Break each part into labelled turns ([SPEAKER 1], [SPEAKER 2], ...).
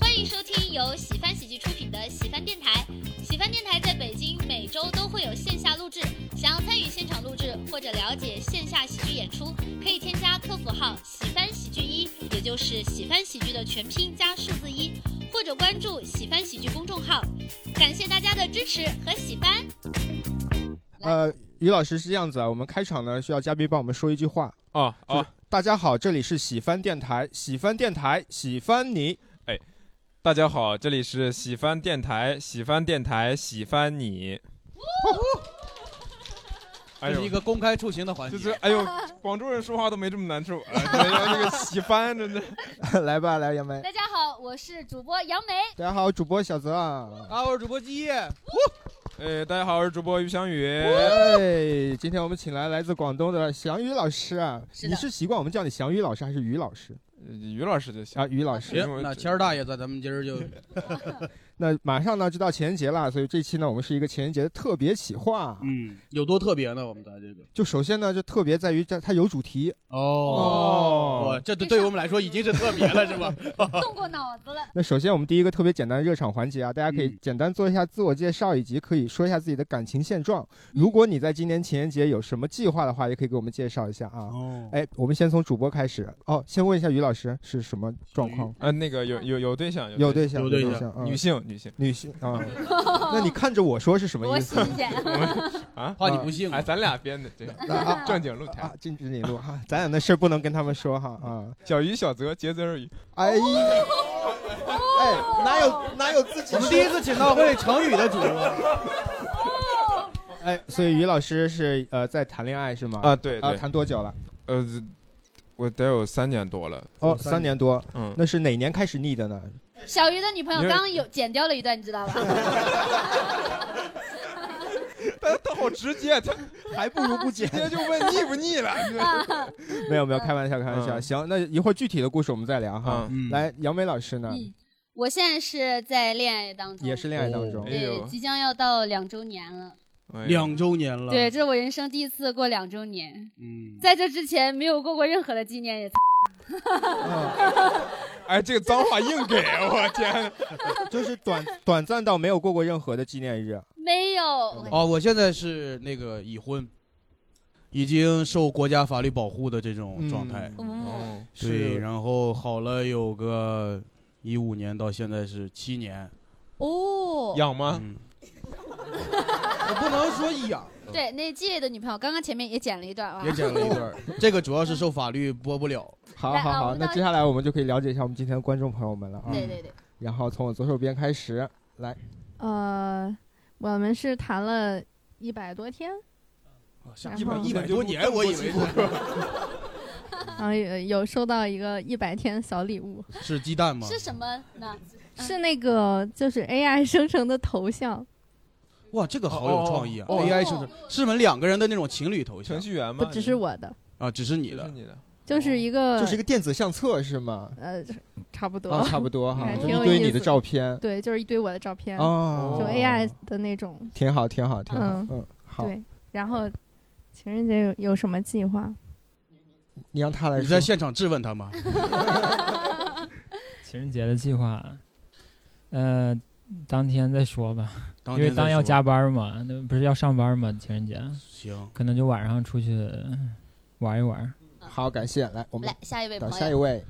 [SPEAKER 1] 欢迎收听由喜翻喜剧出品的喜翻电台。喜翻电台在北京每周都会有线下录制，想要参与现场录制或者了解线下喜剧演出，可以添加客服号“喜翻喜剧一”，也就是喜翻喜剧的全拼加数字一，或者关注喜翻喜剧公众号。感谢大家的支持和喜翻。
[SPEAKER 2] 呃，于老师是这样子啊，我们开场呢需要嘉宾帮我们说一句话
[SPEAKER 3] 啊
[SPEAKER 4] 哦
[SPEAKER 2] 啊！就是大家好，这里是喜翻电台，喜翻电台，喜翻你。
[SPEAKER 3] 哎，大家好，这里是喜翻电台，喜翻电台，喜翻你。哎
[SPEAKER 4] 这是一个公开处刑的环节。
[SPEAKER 3] 就是哎呦，广州人说话都没这么难受，哎 呀，那个喜翻真的。
[SPEAKER 2] 来吧，来杨梅。
[SPEAKER 5] 大家好，我是主播杨梅。
[SPEAKER 2] 大家好，主播小泽啊。
[SPEAKER 4] 啊，我是主播基业。
[SPEAKER 3] 哎，大家好，我是主播于翔宇。
[SPEAKER 2] 哎，今天我们请来来自广东的翔宇老师啊，
[SPEAKER 5] 是的
[SPEAKER 2] 你是习惯我们叫你翔宇老师还是于老师
[SPEAKER 3] 于老师就行。
[SPEAKER 2] 啊？于老师。
[SPEAKER 4] 行，那谦儿大爷在咱们今儿 就
[SPEAKER 2] 那马上呢就到情人节了，所以这期呢我们是一个情人节的特别企划。
[SPEAKER 4] 嗯有多特别呢？我们的这个哦
[SPEAKER 2] 就首先呢就特别在于这它有主题
[SPEAKER 3] 哦
[SPEAKER 2] 哦
[SPEAKER 5] 哦
[SPEAKER 4] 哇，这对对于我们来说已经是特别了，是吧？
[SPEAKER 5] 动过脑子了。
[SPEAKER 2] 那首先，我们第一个特别简单的热场环节啊，大家可以
[SPEAKER 4] 嗯
[SPEAKER 2] 简单做一下自我介绍，以及可以说一下自己的感情现状。如果你在今年情人节有什么计划的话，也可以给我们介绍一下啊。
[SPEAKER 4] 哦，
[SPEAKER 2] 哎，我们先从主播开始哦，先问一下于老师是什么状况？
[SPEAKER 3] 呃，那个有有有对象，对
[SPEAKER 2] 有对象，
[SPEAKER 4] 有
[SPEAKER 2] 对
[SPEAKER 4] 对象
[SPEAKER 2] 象啊，
[SPEAKER 3] 女性女性。
[SPEAKER 2] 女性啊。那你看着我说是什么
[SPEAKER 5] 多
[SPEAKER 2] 意思
[SPEAKER 5] 新鲜！
[SPEAKER 4] 怕你不信
[SPEAKER 3] 哎，咱俩编的这个
[SPEAKER 2] 啊啊
[SPEAKER 3] 正经露台
[SPEAKER 2] 啊？，禁止你录哈， 咱俩的事儿不能跟他们说哈啊。
[SPEAKER 3] 小鱼小泽竭泽而渔。
[SPEAKER 2] 哎，哎，哪有哪有自己
[SPEAKER 4] 我们第一次请到会成语的主播，
[SPEAKER 2] 哎，所以于老师是呃在谈恋爱是吗？
[SPEAKER 3] 啊，对
[SPEAKER 2] 啊，
[SPEAKER 3] 对，
[SPEAKER 2] 谈多久了？
[SPEAKER 3] 呃，我得有三年多了，
[SPEAKER 2] 哦，三年多。
[SPEAKER 3] 嗯，
[SPEAKER 2] 那是哪年开始腻的呢？
[SPEAKER 5] 小鱼的女朋友
[SPEAKER 3] 因为
[SPEAKER 5] 刚刚有剪掉了一段，你知道吧？
[SPEAKER 3] 他他好直接，他
[SPEAKER 2] 还不如不剪。
[SPEAKER 3] 直接就问腻不腻 了。
[SPEAKER 5] 啊
[SPEAKER 2] 没有没有，开玩笑开玩笑。
[SPEAKER 3] 嗯
[SPEAKER 2] 行，那一会儿具体的故事我们再聊哈。
[SPEAKER 3] 嗯，
[SPEAKER 4] 嗯，
[SPEAKER 2] 来，杨梅老师呢，
[SPEAKER 5] 嗯，我现在是在恋爱当中，
[SPEAKER 2] 也是恋爱当中
[SPEAKER 3] 哦哎呦
[SPEAKER 5] 对， 即将要到两周年了。
[SPEAKER 3] 哎呀
[SPEAKER 4] 两周年了，
[SPEAKER 5] 对，，这是我人生第一次过两周年，
[SPEAKER 4] 嗯，
[SPEAKER 5] 在这之前没有过过任何的纪念日。
[SPEAKER 2] 嗯
[SPEAKER 3] 哎，这个脏话硬给，我
[SPEAKER 5] 啊
[SPEAKER 3] 天！
[SPEAKER 2] 就是短短暂到没有过过任何的纪念日。 啊
[SPEAKER 5] 没有，
[SPEAKER 4] 哦，我现在是那个已婚，已经受国家法律保护的这种状态，
[SPEAKER 5] 嗯，
[SPEAKER 3] 哦，
[SPEAKER 4] 对，
[SPEAKER 2] 是
[SPEAKER 4] 然后好了有个一五年到现在是七年，
[SPEAKER 5] 哦，
[SPEAKER 3] 痒吗？
[SPEAKER 4] 嗯，我不能说
[SPEAKER 3] 啊
[SPEAKER 4] 养，
[SPEAKER 5] 对，那季的女朋友刚刚前面也剪了一段啊
[SPEAKER 4] 嗯也。剪 了一段儿，这个主要是受法律播不了。
[SPEAKER 2] 好
[SPEAKER 5] 来
[SPEAKER 2] 好
[SPEAKER 5] 啊我
[SPEAKER 2] 好，
[SPEAKER 5] 们
[SPEAKER 2] 那
[SPEAKER 5] 到
[SPEAKER 2] 接下来我们就可以了解一下我们今天的观众朋友们
[SPEAKER 6] 嗯
[SPEAKER 2] 了啊。
[SPEAKER 5] 对对对，
[SPEAKER 2] 然后从我左手边开始，
[SPEAKER 6] 呃，我们是谈了一百 多天，然后
[SPEAKER 4] 一百多年，我以为
[SPEAKER 6] 然后有有收到一个一百天小礼物，
[SPEAKER 5] 嗯
[SPEAKER 4] 是是鸡蛋吗？
[SPEAKER 5] 是什么呢？
[SPEAKER 6] 是那个就是 AI 生成的头像，
[SPEAKER 4] 哇，这个好有创意啊
[SPEAKER 3] 哦
[SPEAKER 4] ！AI 生成是我们两个人的那种情侣头像
[SPEAKER 3] 程序员
[SPEAKER 6] 不
[SPEAKER 3] 吗？
[SPEAKER 6] 只是我
[SPEAKER 5] 哦
[SPEAKER 6] 的，
[SPEAKER 4] 啊，只是
[SPEAKER 3] 你
[SPEAKER 4] 你
[SPEAKER 3] 的，
[SPEAKER 4] 的
[SPEAKER 3] 是。你的。
[SPEAKER 6] 就是一
[SPEAKER 5] 呃
[SPEAKER 6] 个
[SPEAKER 2] 就是一个电子相册是吗？
[SPEAKER 6] 呃，差不多，
[SPEAKER 2] 啊，差不 多哈，
[SPEAKER 6] 哎
[SPEAKER 2] 就
[SPEAKER 6] 挺
[SPEAKER 2] 一
[SPEAKER 6] 有
[SPEAKER 2] 堆
[SPEAKER 6] 意
[SPEAKER 2] 你的
[SPEAKER 6] 思
[SPEAKER 2] 照片
[SPEAKER 6] 对，就是一堆我的照片，
[SPEAKER 2] 哦
[SPEAKER 6] 就 AI 的那种，
[SPEAKER 2] 挺好，挺好，挺好。
[SPEAKER 6] 嗯
[SPEAKER 2] 嗯，好，
[SPEAKER 6] 对。然后情人节有有什么计划？
[SPEAKER 2] 你让他来
[SPEAKER 4] 你在
[SPEAKER 2] 说。
[SPEAKER 4] 现场质问他吗？
[SPEAKER 7] 情人节的计划，呃，当天再说吧，因为
[SPEAKER 4] 天再
[SPEAKER 7] 当要
[SPEAKER 4] 说
[SPEAKER 7] 加班嘛，那不是要上班嘛，情人节
[SPEAKER 4] 行，
[SPEAKER 7] 可能就晚上出去玩一玩。
[SPEAKER 2] 好，感谢。来，我们
[SPEAKER 5] 嗯来，下一位
[SPEAKER 2] 到
[SPEAKER 5] 朋
[SPEAKER 2] 下一
[SPEAKER 5] 友，
[SPEAKER 2] 位。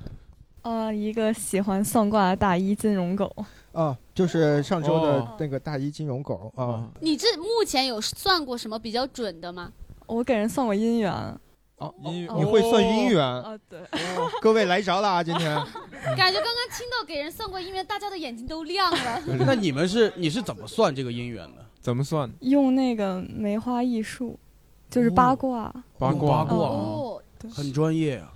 [SPEAKER 8] 呃，一个喜欢算卦的大一金融狗，
[SPEAKER 2] 啊，就是上周的
[SPEAKER 3] 哦嗯
[SPEAKER 2] 那个大一金融狗啊。
[SPEAKER 5] 你这目前有算过什么比较准的吗？
[SPEAKER 8] 我给人算过姻缘。啊、
[SPEAKER 2] 哦，
[SPEAKER 3] 音乐嗯
[SPEAKER 2] 你会算姻
[SPEAKER 9] 哦
[SPEAKER 5] 哦
[SPEAKER 2] 缘？
[SPEAKER 8] 对，
[SPEAKER 2] 各位来着了啊，今天
[SPEAKER 5] 感觉刚刚听到给人算过姻缘，大家的眼睛都 亮了。
[SPEAKER 4] 那你们是你是怎么算这个姻缘的？
[SPEAKER 3] 怎么算？
[SPEAKER 8] 用那个梅花易数，就是八卦。啊
[SPEAKER 3] 八
[SPEAKER 4] 卦八
[SPEAKER 3] 卦
[SPEAKER 4] 卦
[SPEAKER 5] 哦，
[SPEAKER 4] 很专业 啊，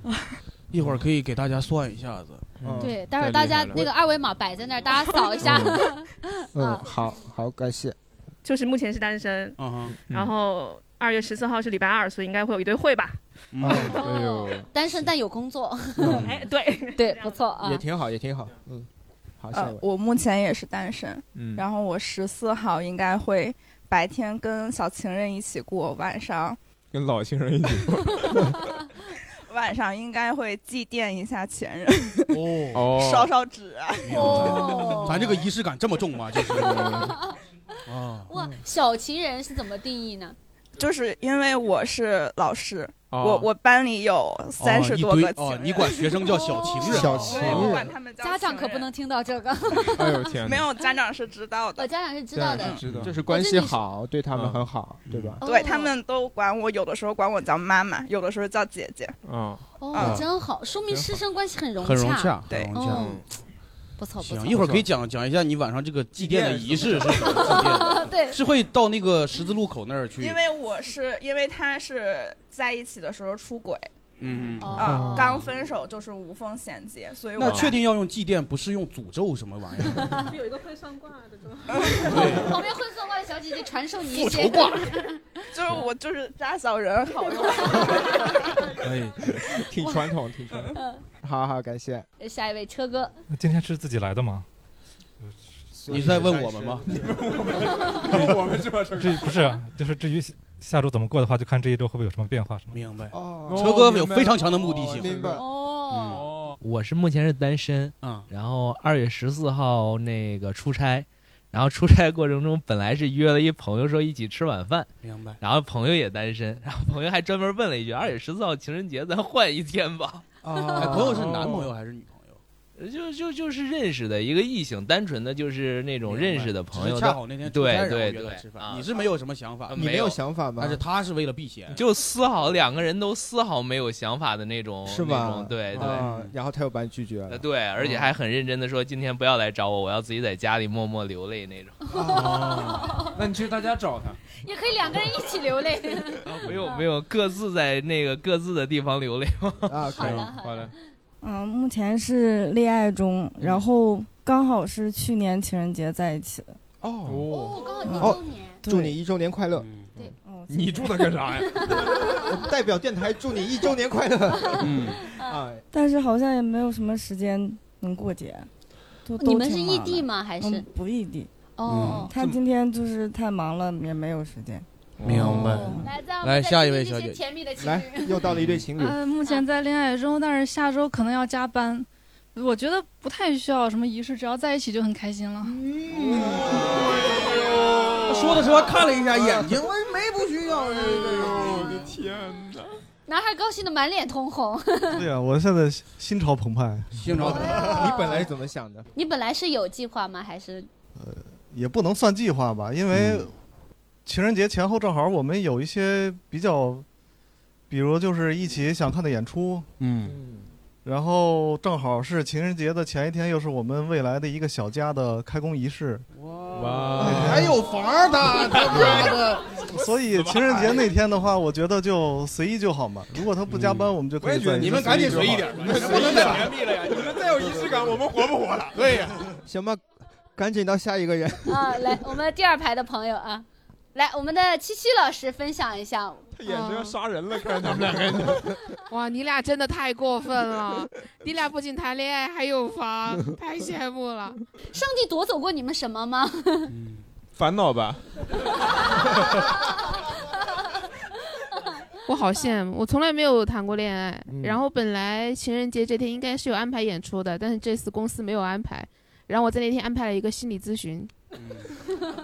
[SPEAKER 4] 一会儿可以给大家算一下子。
[SPEAKER 2] 嗯
[SPEAKER 5] 对，待会儿大家那个二维码摆在那儿，大家扫一下。
[SPEAKER 2] 嗯，
[SPEAKER 5] 啊
[SPEAKER 2] 好好感谢。
[SPEAKER 10] 就是目前是单身，
[SPEAKER 4] 嗯
[SPEAKER 10] 然后哦二月十四号是礼拜二，所以应该会有一对会吧？
[SPEAKER 4] 哼，
[SPEAKER 2] 啊
[SPEAKER 4] 嗯
[SPEAKER 3] 哎呦，
[SPEAKER 5] 单身但有工作，
[SPEAKER 10] 哎，对，
[SPEAKER 5] 对，不错啊
[SPEAKER 2] 也。挺好，也挺好。嗯，好，下一
[SPEAKER 9] 呃，
[SPEAKER 2] 位。
[SPEAKER 9] 我目前也是单身，
[SPEAKER 3] 嗯，
[SPEAKER 9] 然后我十四号应该会白天跟小情人一起过，晚上
[SPEAKER 3] 跟老情人一起，
[SPEAKER 9] 晚上应该会祭奠一下前任，
[SPEAKER 4] 哦，
[SPEAKER 11] 哦，
[SPEAKER 9] 烧烧纸啊。
[SPEAKER 5] 哦
[SPEAKER 4] 咱这个仪式感这么重吗？就是，啊，
[SPEAKER 5] 哇，小情人是怎么定义呢？
[SPEAKER 9] 就是因为我是老师，
[SPEAKER 11] 哦
[SPEAKER 9] 我我班里有三十
[SPEAKER 4] 哦
[SPEAKER 9] 多个
[SPEAKER 4] 一堆
[SPEAKER 9] 情
[SPEAKER 4] 哦
[SPEAKER 9] 人，，
[SPEAKER 4] 你管学 生叫小情人，啊哦
[SPEAKER 2] 小情
[SPEAKER 9] 对，我
[SPEAKER 2] 人
[SPEAKER 9] 管 他们叫
[SPEAKER 5] 家长
[SPEAKER 9] 情
[SPEAKER 5] 可不
[SPEAKER 9] 人
[SPEAKER 5] 能听到这个，
[SPEAKER 11] 哎呦天哪，
[SPEAKER 9] 没有家长是知道
[SPEAKER 5] 我
[SPEAKER 9] 的，
[SPEAKER 5] 哦家长是知
[SPEAKER 2] 对
[SPEAKER 5] 道
[SPEAKER 2] 是
[SPEAKER 5] 的。
[SPEAKER 11] 知道，
[SPEAKER 2] 就是关
[SPEAKER 5] 我
[SPEAKER 2] 系
[SPEAKER 5] 觉得你是
[SPEAKER 2] 好，对他们
[SPEAKER 11] 嗯
[SPEAKER 2] 很好，对吧？
[SPEAKER 9] 对
[SPEAKER 5] 哦
[SPEAKER 9] 他们都管我，有的时候管我叫妈妈，有的时候叫姐姐。
[SPEAKER 11] 啊，
[SPEAKER 5] 哦
[SPEAKER 4] 啊，
[SPEAKER 5] 真好，说明师生关系很融
[SPEAKER 4] 很融洽，很
[SPEAKER 9] 对
[SPEAKER 4] 融洽。
[SPEAKER 5] 哦，不错不
[SPEAKER 4] 行，
[SPEAKER 5] 错。
[SPEAKER 4] 一会儿可以讲讲一下你晚上这个祭奠的仪式是什么？祭奠
[SPEAKER 5] 对，
[SPEAKER 4] 是会到那个十字路口那儿去？
[SPEAKER 9] 因为我是因为他是在一起的时候出轨，
[SPEAKER 4] 嗯，嗯
[SPEAKER 9] 啊
[SPEAKER 5] 哦，
[SPEAKER 9] 刚分手就是无缝衔接，所以我
[SPEAKER 4] 那确定要用祭奠，不是用诅咒什么玩意儿？
[SPEAKER 8] 有一个会算卦的，
[SPEAKER 4] 对，
[SPEAKER 5] 旁边会算卦的小姐姐传授你一些 卦，
[SPEAKER 9] 就是我就是扎小人 好用。
[SPEAKER 4] 哎，
[SPEAKER 2] 挺传统，挺传统。好好，感谢。
[SPEAKER 5] 下一位车哥，
[SPEAKER 12] 今天是自己来的吗？
[SPEAKER 4] 你是在问我们吗？
[SPEAKER 11] 我们是吧？
[SPEAKER 12] 这不是，啊就是至于下下周怎么过的话，就看这一周会不会有什么变化，是吗？
[SPEAKER 4] 明白。
[SPEAKER 2] 哦
[SPEAKER 4] 车哥有非常强的目的性。
[SPEAKER 2] 明白。
[SPEAKER 5] 哦，
[SPEAKER 11] 哦，
[SPEAKER 13] 我是目前是单身，
[SPEAKER 4] 嗯，
[SPEAKER 13] 然后二月十四号那个出差，然后出差过程中本来是约了一朋友说一起吃晚饭，
[SPEAKER 4] 明白。
[SPEAKER 13] 然后朋友也单身，然后朋友还专门问了一句：“二月十四号情人节，咱换一天吧。
[SPEAKER 4] 哎，
[SPEAKER 2] 啊
[SPEAKER 4] 朋友是男朋友还是女朋友？
[SPEAKER 13] 就”就就就是认识的一个异性，单纯的就是那种认识的朋
[SPEAKER 4] 只
[SPEAKER 13] 友
[SPEAKER 4] 是恰好那天出
[SPEAKER 13] 对
[SPEAKER 4] 差然后
[SPEAKER 13] 对
[SPEAKER 4] 约了
[SPEAKER 13] 对
[SPEAKER 4] 吃
[SPEAKER 13] 啊
[SPEAKER 4] 饭，你是没有什么想法
[SPEAKER 13] 啊，
[SPEAKER 2] 你没
[SPEAKER 13] 没
[SPEAKER 2] 有
[SPEAKER 13] 有
[SPEAKER 2] 想法吗
[SPEAKER 4] 但？是他是为了避嫌。
[SPEAKER 13] 就丝毫两个人都丝毫没有想法的那种，
[SPEAKER 2] 是
[SPEAKER 13] 那
[SPEAKER 2] 吧
[SPEAKER 13] 种？对对。
[SPEAKER 2] 啊然后他又把你拒绝
[SPEAKER 13] 呃
[SPEAKER 2] 了。
[SPEAKER 13] 对，而且还很认真的说，今天不要来找我，我要自己在家里默默流泪那种。
[SPEAKER 11] 那你去他家找他，
[SPEAKER 5] 也可以两个人一起流泪。啊
[SPEAKER 13] 没
[SPEAKER 11] 嗯
[SPEAKER 13] 有没有，各自在那个各自的地方流泪。
[SPEAKER 2] 啊，可以。
[SPEAKER 5] 的
[SPEAKER 11] 好的，
[SPEAKER 14] 嗯，目前是恋爱中，然
[SPEAKER 4] 嗯
[SPEAKER 14] 后刚好是去年情人节在一起的。嗯
[SPEAKER 2] 哦，
[SPEAKER 5] 哦，刚好
[SPEAKER 2] 哦
[SPEAKER 5] 一周年，
[SPEAKER 2] 祝你一周年快乐！
[SPEAKER 4] 嗯
[SPEAKER 14] 哦，
[SPEAKER 11] 你住他干啥呀？
[SPEAKER 2] 我们 代表电台祝你一周年快乐！
[SPEAKER 4] 嗯，
[SPEAKER 2] 啊，
[SPEAKER 14] 但是好像也没有什么时间能过节，
[SPEAKER 15] 哦
[SPEAKER 14] 都
[SPEAKER 5] 你们是异地
[SPEAKER 14] 吗？
[SPEAKER 5] 吗？还是
[SPEAKER 14] 嗯，不异地。
[SPEAKER 5] 哦？
[SPEAKER 14] 他今天就是太忙了，也没有时间。
[SPEAKER 4] 嗯哦
[SPEAKER 14] 哦
[SPEAKER 4] 明白。
[SPEAKER 5] 来，再
[SPEAKER 4] 来下一位小姐姐
[SPEAKER 5] 甜蜜的情
[SPEAKER 2] 来
[SPEAKER 5] 侣，
[SPEAKER 2] 又到了一对情侣。
[SPEAKER 15] 呃，目前在恋爱中，但是下周可能要加班。我觉得不太需要什么仪式，只要在一起就很开心了。
[SPEAKER 14] 嗯
[SPEAKER 15] 嗯
[SPEAKER 4] 他说的时候还看了一下眼睛，我没不需要。
[SPEAKER 5] 哎男孩高兴的满脸通红。
[SPEAKER 12] 对呀、我现在心潮澎湃，
[SPEAKER 4] 心潮澎湃
[SPEAKER 2] 你本来是怎么想的？
[SPEAKER 5] 你本来是有计划吗？还是
[SPEAKER 12] 也不能算计划吧，因为
[SPEAKER 4] 嗯
[SPEAKER 12] 情人节前后正好我们有一些比较，比如就是一起想看的演出，
[SPEAKER 4] 嗯
[SPEAKER 2] 嗯，
[SPEAKER 12] 然后正好是情人节的前一天，又是我们未来的一个小家的开工仪式，
[SPEAKER 11] 哇，
[SPEAKER 12] 哎
[SPEAKER 4] 还有房儿
[SPEAKER 11] 啊
[SPEAKER 4] 的，他妈 的！
[SPEAKER 12] 所以情人节那天的话，我觉得就随意就好嘛。如果他不加
[SPEAKER 4] 嗯
[SPEAKER 12] 班，我们就可以在一起
[SPEAKER 4] 你们赶紧随意点儿，你们不能再甜蜜了呀！你们再有仪式感，我们活不活了？对呀，
[SPEAKER 2] 行吧，赶紧到下一个人。
[SPEAKER 5] 啊？来，我们第二排的朋友啊，来，我们的七七老师分享一下。
[SPEAKER 11] 他眼神要杀人了，看着他们两个人。
[SPEAKER 15] 哇，你俩真的太过分了！你俩不仅谈恋爱，还有房， 太羡慕了。
[SPEAKER 5] 上帝夺走过你们什么吗？
[SPEAKER 11] 烦恼吧，
[SPEAKER 15] 我好羡慕，我从来没有谈过恋爱。
[SPEAKER 2] 嗯
[SPEAKER 15] 然后本来情人节这天应该是有安排演出的，但是这次公司没有安排。然后我在那天安排了一个心理咨询，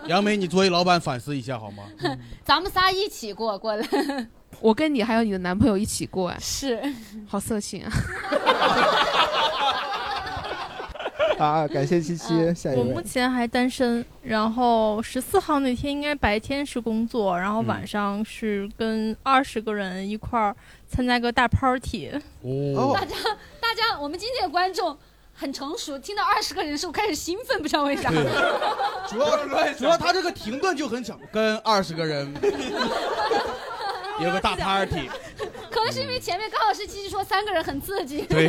[SPEAKER 4] 杨梅，你作为老板反思一下好吗？
[SPEAKER 5] 嗯咱们仨一起过 过来。
[SPEAKER 15] 我跟你还有你的男朋友一起过，哎，
[SPEAKER 5] 是，
[SPEAKER 15] 好色情 啊！
[SPEAKER 2] 啊，感谢七七，
[SPEAKER 5] 嗯
[SPEAKER 2] 下一位。
[SPEAKER 15] 前还单身，然后十四号那天应该白天是工作，然后
[SPEAKER 2] 嗯
[SPEAKER 4] 晚
[SPEAKER 15] 上是跟二十个人一块儿参加个大 party。
[SPEAKER 2] 哦
[SPEAKER 4] 哦，
[SPEAKER 5] 大家，我们今天的观众很成熟，听到二十个人数开始兴奋，不知道为啥。
[SPEAKER 4] 主要主要他这个停顿就很巧，跟二十个人有个大 party，
[SPEAKER 5] 可能是因为前面刚好是七七说三个人嗯很刺激，
[SPEAKER 4] 对，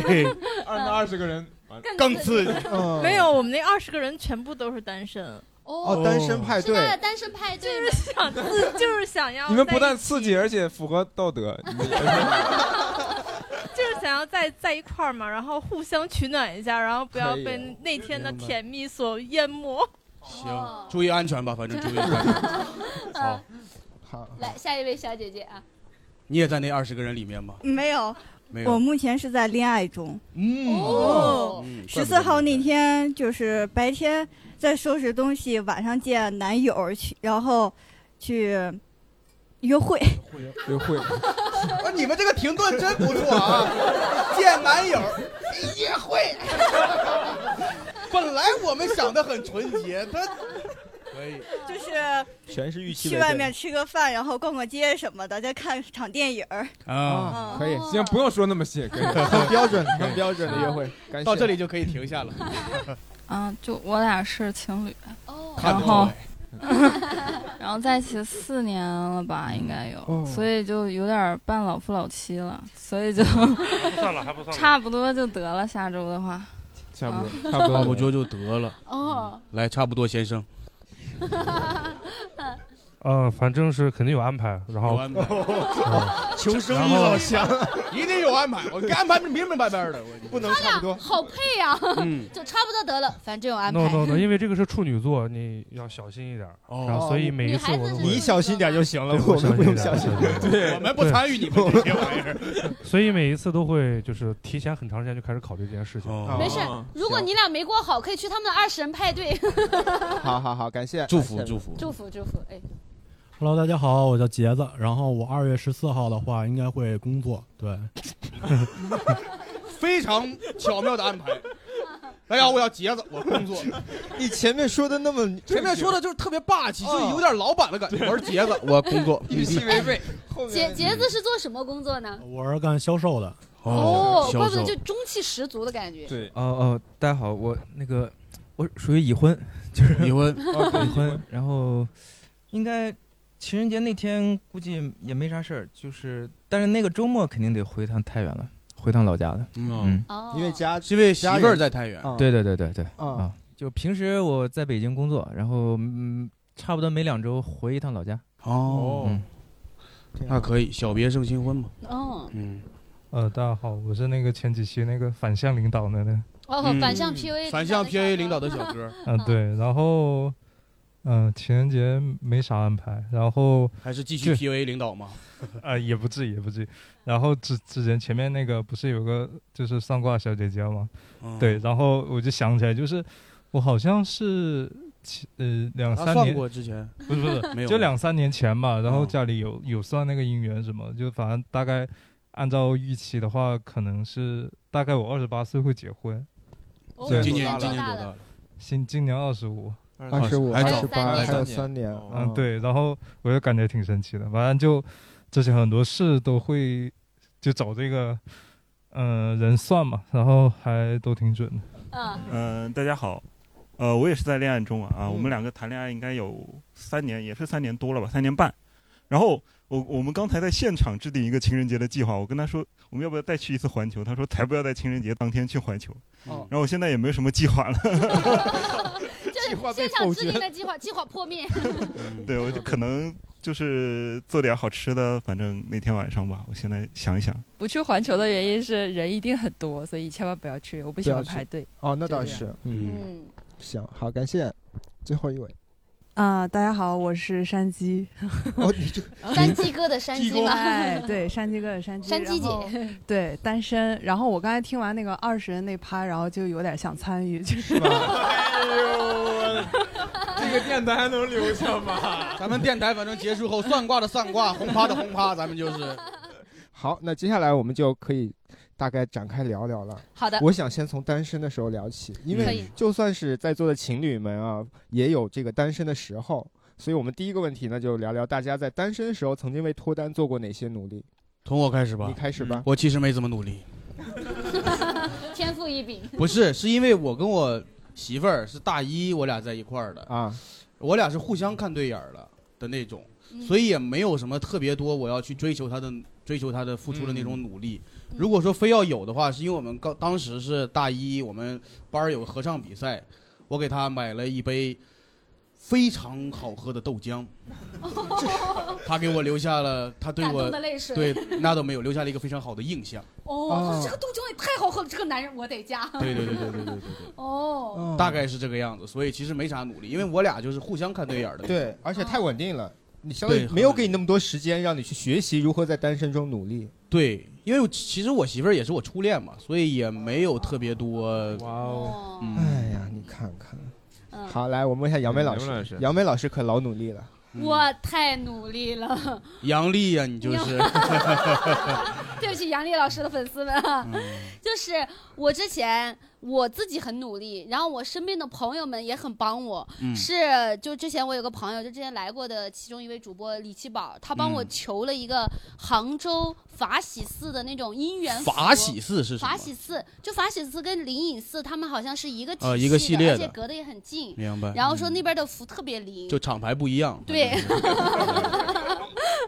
[SPEAKER 11] 二
[SPEAKER 4] 哦
[SPEAKER 11] 那 二十个人，完
[SPEAKER 4] 更刺激。
[SPEAKER 2] 嗯，
[SPEAKER 15] 没有，我们那二十个人全部都是单身，
[SPEAKER 5] 哦，
[SPEAKER 2] 哦，单身派
[SPEAKER 5] 是
[SPEAKER 2] 对。
[SPEAKER 5] 他的单身派对吗，
[SPEAKER 15] 想自就是想要
[SPEAKER 11] 你们不但刺激，而且符合道德。
[SPEAKER 15] 就是想要在在一块儿嘛，然后互相取暖一下，然后不
[SPEAKER 2] 要可以哦被
[SPEAKER 15] 那天
[SPEAKER 2] 的甜
[SPEAKER 15] 蜜所淹没。
[SPEAKER 9] 哦
[SPEAKER 4] 行，注意安全吧，反正注意安
[SPEAKER 5] 嗯
[SPEAKER 4] 全。好，
[SPEAKER 2] 好，
[SPEAKER 5] 来下一位小姐姐啊，
[SPEAKER 4] 你也在那二十个人里面吗？
[SPEAKER 9] 没有，
[SPEAKER 4] 没
[SPEAKER 16] 我
[SPEAKER 4] 有，
[SPEAKER 16] 目前是在恋爱中。
[SPEAKER 4] 嗯
[SPEAKER 16] 哦
[SPEAKER 4] 嗯，怪
[SPEAKER 16] 十
[SPEAKER 4] 不
[SPEAKER 16] 四
[SPEAKER 4] 得
[SPEAKER 16] 号那天就是白天在收拾东西，晚上见男友去，然后去约会。
[SPEAKER 2] 约会。
[SPEAKER 4] 啊，你们这个停顿真不错啊！见男友，约会。 本来我们想的很纯洁，他可以
[SPEAKER 16] 就是
[SPEAKER 2] 全是预期
[SPEAKER 16] 去外面吃个饭，然后逛逛街什么的，再看场电影儿。
[SPEAKER 5] 哦
[SPEAKER 16] 嗯
[SPEAKER 3] 啊，
[SPEAKER 2] 可以，
[SPEAKER 3] 行，不用说那么细，可以
[SPEAKER 2] 很标准，很标准的约 会。感谢
[SPEAKER 4] 到这里就可以停下了。
[SPEAKER 14] 嗯，就我俩是情侣，
[SPEAKER 5] 哦
[SPEAKER 4] 看
[SPEAKER 14] 然
[SPEAKER 4] 得
[SPEAKER 14] 后
[SPEAKER 4] 出
[SPEAKER 14] 然后在一起四年了吧，应该有，
[SPEAKER 17] 哦
[SPEAKER 14] 所以就有点半老夫老妻了，所以就
[SPEAKER 17] 算了还不算 了
[SPEAKER 14] 差不多就得了。下周的话，啊
[SPEAKER 4] 差
[SPEAKER 14] 不
[SPEAKER 4] 多，
[SPEAKER 14] 差不多
[SPEAKER 4] 差不多就得了。嗯
[SPEAKER 14] 哦，
[SPEAKER 4] 来，差不多先生，
[SPEAKER 17] 呃，反正是肯定有安排，然后
[SPEAKER 4] 有安排
[SPEAKER 17] 嗯
[SPEAKER 4] 求生
[SPEAKER 17] 然
[SPEAKER 4] 意
[SPEAKER 17] 后
[SPEAKER 4] 老乡，一定有安排，我给安排明明白白的，我不能
[SPEAKER 5] 他俩好配呀、
[SPEAKER 17] 嗯
[SPEAKER 5] 就差不多得了，反正有安排。
[SPEAKER 17] no no no，因为这个是处女座，你要小心一点儿。
[SPEAKER 2] 哦
[SPEAKER 17] 然后所以每一次我都会
[SPEAKER 2] 你小心点就行了，
[SPEAKER 17] 对
[SPEAKER 2] 我们不用
[SPEAKER 17] 小
[SPEAKER 2] 小心
[SPEAKER 17] 心一点。
[SPEAKER 2] 点。
[SPEAKER 17] 对
[SPEAKER 2] 些玩意儿。
[SPEAKER 17] 所以每一次都会就是提前很长时间就开始考虑这件事 情。
[SPEAKER 2] 哦
[SPEAKER 5] 没事，
[SPEAKER 17] 哦
[SPEAKER 5] 如果你俩没过好，可以去他们的二十人派对。
[SPEAKER 2] 好好好，感谢，
[SPEAKER 18] 祝福祝
[SPEAKER 2] 福
[SPEAKER 5] 祝福祝福，哎，
[SPEAKER 18] Hello，大家好，我叫杰子。然后我二月十四号的话，应该会工作。对，
[SPEAKER 4] 非常巧妙的安排。大家好，我叫杰子，我工作。
[SPEAKER 2] 你前面说的那么，
[SPEAKER 4] 前面说的就是特别霸气，就是有点老板的感觉。
[SPEAKER 18] 对
[SPEAKER 4] 我是杰子，
[SPEAKER 18] 我工 作
[SPEAKER 4] 与其为贵。
[SPEAKER 5] 杰杰子是做什么工作呢？
[SPEAKER 18] 我是干销售的。
[SPEAKER 5] 哦怪不得就中气十足的感觉。
[SPEAKER 3] 对，
[SPEAKER 19] 哦哦，大家好，我那个我属于已婚，就是
[SPEAKER 4] 已婚
[SPEAKER 3] 哦对
[SPEAKER 19] 已
[SPEAKER 3] 已婚
[SPEAKER 19] 婚，然后应该情人节那天估计也没啥事儿，就是但是那个周末肯定得回趟太原了，回趟老家了。嗯，
[SPEAKER 2] 因为家
[SPEAKER 4] 是因为媳
[SPEAKER 2] 家
[SPEAKER 4] 妇儿
[SPEAKER 2] 人
[SPEAKER 4] 在太原
[SPEAKER 2] 啊
[SPEAKER 19] 对对对对对，
[SPEAKER 5] 哦
[SPEAKER 2] 嗯
[SPEAKER 19] 啊，就平时我在北京工作，然后嗯，差不多每两周回一趟老家。
[SPEAKER 4] 哦
[SPEAKER 19] 嗯
[SPEAKER 4] 那可以，小别胜新婚嘛。
[SPEAKER 5] 哦
[SPEAKER 4] 嗯，
[SPEAKER 20] 呃，大家好，我是那个前几期那个反向领导的呢。
[SPEAKER 5] 哦，
[SPEAKER 4] 嗯
[SPEAKER 5] 反向 PUA，
[SPEAKER 4] 反向 PA 领导的小哥，
[SPEAKER 20] 嗯、对，然后，嗯、情人节没啥安排，然后
[SPEAKER 4] 还是继
[SPEAKER 20] 就
[SPEAKER 4] 续 PUA 领导 嘛。
[SPEAKER 20] 呃，也不至于，也不至于。然后之之前前面那个不是有个就是算卦小姐姐吗？
[SPEAKER 4] 嗯
[SPEAKER 20] 对，然后我就想起来，就是我好像是其呃两
[SPEAKER 4] 她
[SPEAKER 20] 三
[SPEAKER 4] 算
[SPEAKER 20] 年
[SPEAKER 4] 过之前
[SPEAKER 20] 不是不 是，
[SPEAKER 4] 没有嗯
[SPEAKER 20] 就两三年前吧。然后家里有有算那个姻缘什么，就反正大概按照预期的话，可能是大概我二十八岁会结婚。
[SPEAKER 5] 哦
[SPEAKER 20] 对，
[SPEAKER 4] 今年今年多大了？
[SPEAKER 20] 今今年二十五，
[SPEAKER 2] 25还早28还有三年
[SPEAKER 20] 嗯
[SPEAKER 2] 哦，
[SPEAKER 20] 对，然后我就感觉挺神奇的，反正就之前很多事都会就找这个嗯、呃人算嘛，然后还都挺准的。
[SPEAKER 21] 嗯，大家好，呃，我也是在恋爱中啊，啊我们两个谈恋爱应该有三年，也是三年多了吧，三年半。然后我我们刚才在现场制定一个情人节的计划，我跟他说我们要不要再去一次环球，他说才不要在情人节当天去环球。
[SPEAKER 5] 哦
[SPEAKER 21] 然后我现在也没有什么计划了，
[SPEAKER 5] 就是现场制定的计划，计划破灭。
[SPEAKER 21] 对我就可能就是做点好吃的，反正那天晚上吧，我现在想一想。
[SPEAKER 22] 不去环球的原因是人一定很多，所以千万不要去。我不喜欢排队。
[SPEAKER 2] 哦，那
[SPEAKER 22] 就
[SPEAKER 2] 倒
[SPEAKER 22] 这样
[SPEAKER 2] 是，嗯，行，好，感谢最后一位。
[SPEAKER 23] 啊、大家好，我是山鸡。
[SPEAKER 2] 哦，你 这
[SPEAKER 5] 山鸡哥的山鸡吗
[SPEAKER 23] 哎，对，山鸡哥的山鸡。
[SPEAKER 5] 山鸡姐
[SPEAKER 23] 然后，对，单身。然后我刚才听完那个二十人那趴，然后就有点想参与，就是。
[SPEAKER 3] 哎呦，这个电台还能留 下吗？
[SPEAKER 4] 咱们电台反正结束后，算卦的算卦，轰趴的轰趴，咱们就是
[SPEAKER 2] 好，那接下来我们就可以大概展开聊聊了。
[SPEAKER 4] 好的
[SPEAKER 2] 我想先从单身的时候聊起，因
[SPEAKER 4] 可
[SPEAKER 2] 为
[SPEAKER 4] 以
[SPEAKER 2] 就算是在座的情侣们啊，也有这个单身的时候。所以我们第一个问题呢，就聊聊大家在单身的时候曾经为脱单做过哪些努力。
[SPEAKER 4] 从我开始吧。嗯
[SPEAKER 2] 你开始吧
[SPEAKER 4] 我其实没怎么努力，
[SPEAKER 5] 天赋异 禀。
[SPEAKER 4] 不是，是因为我跟我媳妇儿是大一，我俩在一块儿的
[SPEAKER 2] 啊，
[SPEAKER 4] 我俩是互相看对眼儿了的那种，
[SPEAKER 5] 嗯
[SPEAKER 4] 所以也没有什么特别多我要去追求她的追求她的付出的那种努力。
[SPEAKER 5] 嗯
[SPEAKER 4] 如果说非要有的话，是因为我们刚当时是大一，我们班儿有合唱比赛，我给她买了一杯非常好喝的豆浆。她给我留下了她对
[SPEAKER 5] 感
[SPEAKER 4] 我
[SPEAKER 5] 动的泪水
[SPEAKER 4] 对那倒没有留下了一个非常好的印 象。
[SPEAKER 5] 哦，这个豆浆也太好喝了，这个男人我得嫁。
[SPEAKER 4] 对对对对对对对对。
[SPEAKER 5] 哦，
[SPEAKER 4] 大概是这个样子，所以其实没啥努力，因为我俩就是互相看对眼儿的。
[SPEAKER 2] 对，而且太稳定了，你相当于
[SPEAKER 4] 对
[SPEAKER 2] 没有给你那么多时间让你去学习如何在单身中努力。
[SPEAKER 4] 对，因为其实我媳妇儿也是我初恋嘛，所以也没有特别多。哇哦，
[SPEAKER 2] 哎呀，你看
[SPEAKER 5] 嗯
[SPEAKER 2] 看，好，来我们问一下杨梅老
[SPEAKER 4] 杨梅老师
[SPEAKER 2] 师，杨梅老师可老努力了。
[SPEAKER 5] 我太努力了，
[SPEAKER 4] 杨丽呀、你就是。
[SPEAKER 5] 对不起杨丽老师的粉丝们啊，
[SPEAKER 4] 嗯
[SPEAKER 5] 就是我之前我自己很努力，然后我身边的朋友们也很帮我，
[SPEAKER 6] 嗯
[SPEAKER 5] 是就之前我有个朋友，就之前来过的其中一位主播李奇宝，他帮我
[SPEAKER 4] 嗯
[SPEAKER 5] 求了一个杭州法喜寺的那种姻缘符
[SPEAKER 4] 法喜寺是什么
[SPEAKER 5] 法喜寺就法喜寺跟灵隐寺他们好像是一个体系的，
[SPEAKER 4] 呃一个系列
[SPEAKER 5] 而且
[SPEAKER 4] 的
[SPEAKER 5] 隔得也很近，
[SPEAKER 4] 明白
[SPEAKER 5] 然后说那边的符特别灵，
[SPEAKER 4] 嗯就厂牌不一样。
[SPEAKER 5] 对，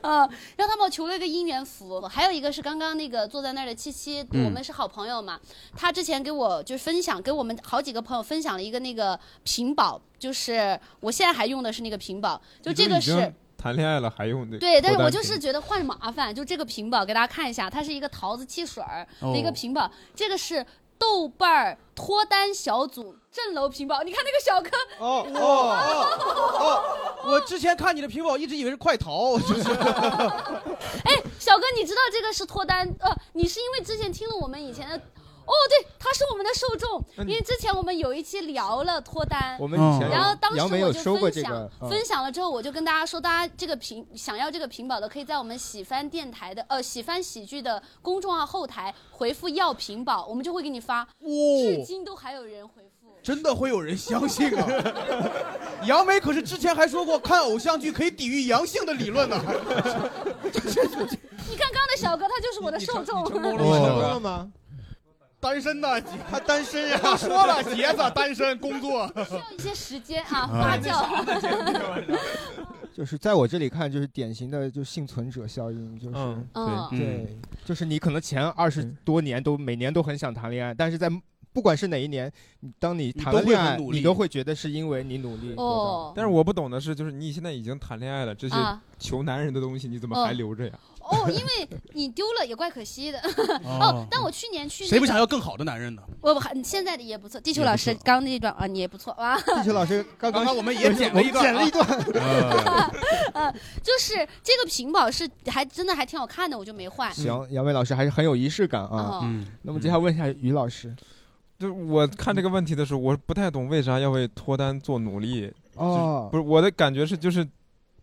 [SPEAKER 5] 嗯，然后他帮我求了一个姻缘符，还有一个是刚刚那个坐在那儿的七七，
[SPEAKER 6] 嗯
[SPEAKER 5] 我们是好朋友嘛，他之前给我就是分享，给我们好几个朋友分享了一个那个屏保，就是我现在还用的是那个屏保，就这个
[SPEAKER 3] 已
[SPEAKER 5] 是
[SPEAKER 3] 经。谈恋爱了还用这个？
[SPEAKER 5] 对，但是
[SPEAKER 3] 脱单
[SPEAKER 5] 我就
[SPEAKER 3] 品
[SPEAKER 5] 是觉得换麻烦，就这个屏保给大家看一下，它是一个桃子汽水儿的一个
[SPEAKER 3] 哦
[SPEAKER 5] 屏保，这个是豆瓣儿脱单小组镇楼屏保，你看那个小哥，
[SPEAKER 4] 哦哦我之前看你的屏保，一直以为是快逃， 就是
[SPEAKER 5] 哎，小哥，你知道这个是脱单？呃，你是因为之前听了我们以前的，哦，对，他是我们的受众，因为之前我们有一期聊了脱单，
[SPEAKER 2] 我们以前
[SPEAKER 5] 然后当时
[SPEAKER 2] 杨梅
[SPEAKER 5] 我
[SPEAKER 2] 有
[SPEAKER 5] 就
[SPEAKER 2] 收过
[SPEAKER 5] 分
[SPEAKER 2] 这
[SPEAKER 5] 享、
[SPEAKER 2] 个嗯
[SPEAKER 5] 分享了之后，我就跟大家说，大家这个屏想要这个屏保的，可以在我们喜番电台的呃喜番喜剧的公众号后台回复要屏保，我们就会给你发，
[SPEAKER 2] 哦
[SPEAKER 5] 至今都还有人回复。
[SPEAKER 4] 真的会有人相信啊！杨梅可是之前还说过，看偶像剧可以抵御阳性的理论呢、
[SPEAKER 5] 你看刚刚的小哥，他就是我的受众。
[SPEAKER 4] 了吗？单身呢？他单身呀、都说了，杰子单身，工作。
[SPEAKER 5] 一些时间啊，
[SPEAKER 2] 啊
[SPEAKER 5] 发
[SPEAKER 2] 那啥那
[SPEAKER 5] 酵。
[SPEAKER 2] 就是在我这里看，就是典型的就幸存者效应，就是、
[SPEAKER 5] 嗯
[SPEAKER 2] 对
[SPEAKER 5] 对
[SPEAKER 2] 对，就是你可能前二十
[SPEAKER 3] 嗯
[SPEAKER 2] 多年都每年都很想谈恋爱，但是在不管是哪一年，你当你谈了
[SPEAKER 3] 都会
[SPEAKER 2] 恋
[SPEAKER 3] 很
[SPEAKER 2] 爱，
[SPEAKER 3] 努
[SPEAKER 2] 你
[SPEAKER 3] 力
[SPEAKER 2] 都会觉得是因为你 努力得到。
[SPEAKER 5] 哦
[SPEAKER 3] 但是我不懂的是，就是你现在已经谈恋爱了，这些
[SPEAKER 5] 啊
[SPEAKER 3] 求男人的东西你怎么
[SPEAKER 5] 嗯
[SPEAKER 3] 还留着呀？
[SPEAKER 5] 哦，因为你丢了也怪可 惜的。哦
[SPEAKER 4] 哦，
[SPEAKER 5] 但我去年去、那个，
[SPEAKER 4] 谁不想要更好的男 人呢？
[SPEAKER 5] 我很现在的也不错，地球
[SPEAKER 4] 也不
[SPEAKER 5] 老师刚刚那一段啊，你也不错 啊。
[SPEAKER 2] 地球老师刚
[SPEAKER 4] 刚才我们也剪了一段啊
[SPEAKER 2] 剪了一段。
[SPEAKER 5] 嗯，就是这个屏保是还真的还挺好看的，我就没换。
[SPEAKER 2] 行，杨梅老师还是很有仪式感啊。
[SPEAKER 5] 哦嗯，
[SPEAKER 2] 那么接下来问一下于老师，
[SPEAKER 3] 就我看这个问题的时候，我不太懂为啥要为脱单做努力。就
[SPEAKER 2] 哦
[SPEAKER 3] 是不是我的感觉是就是，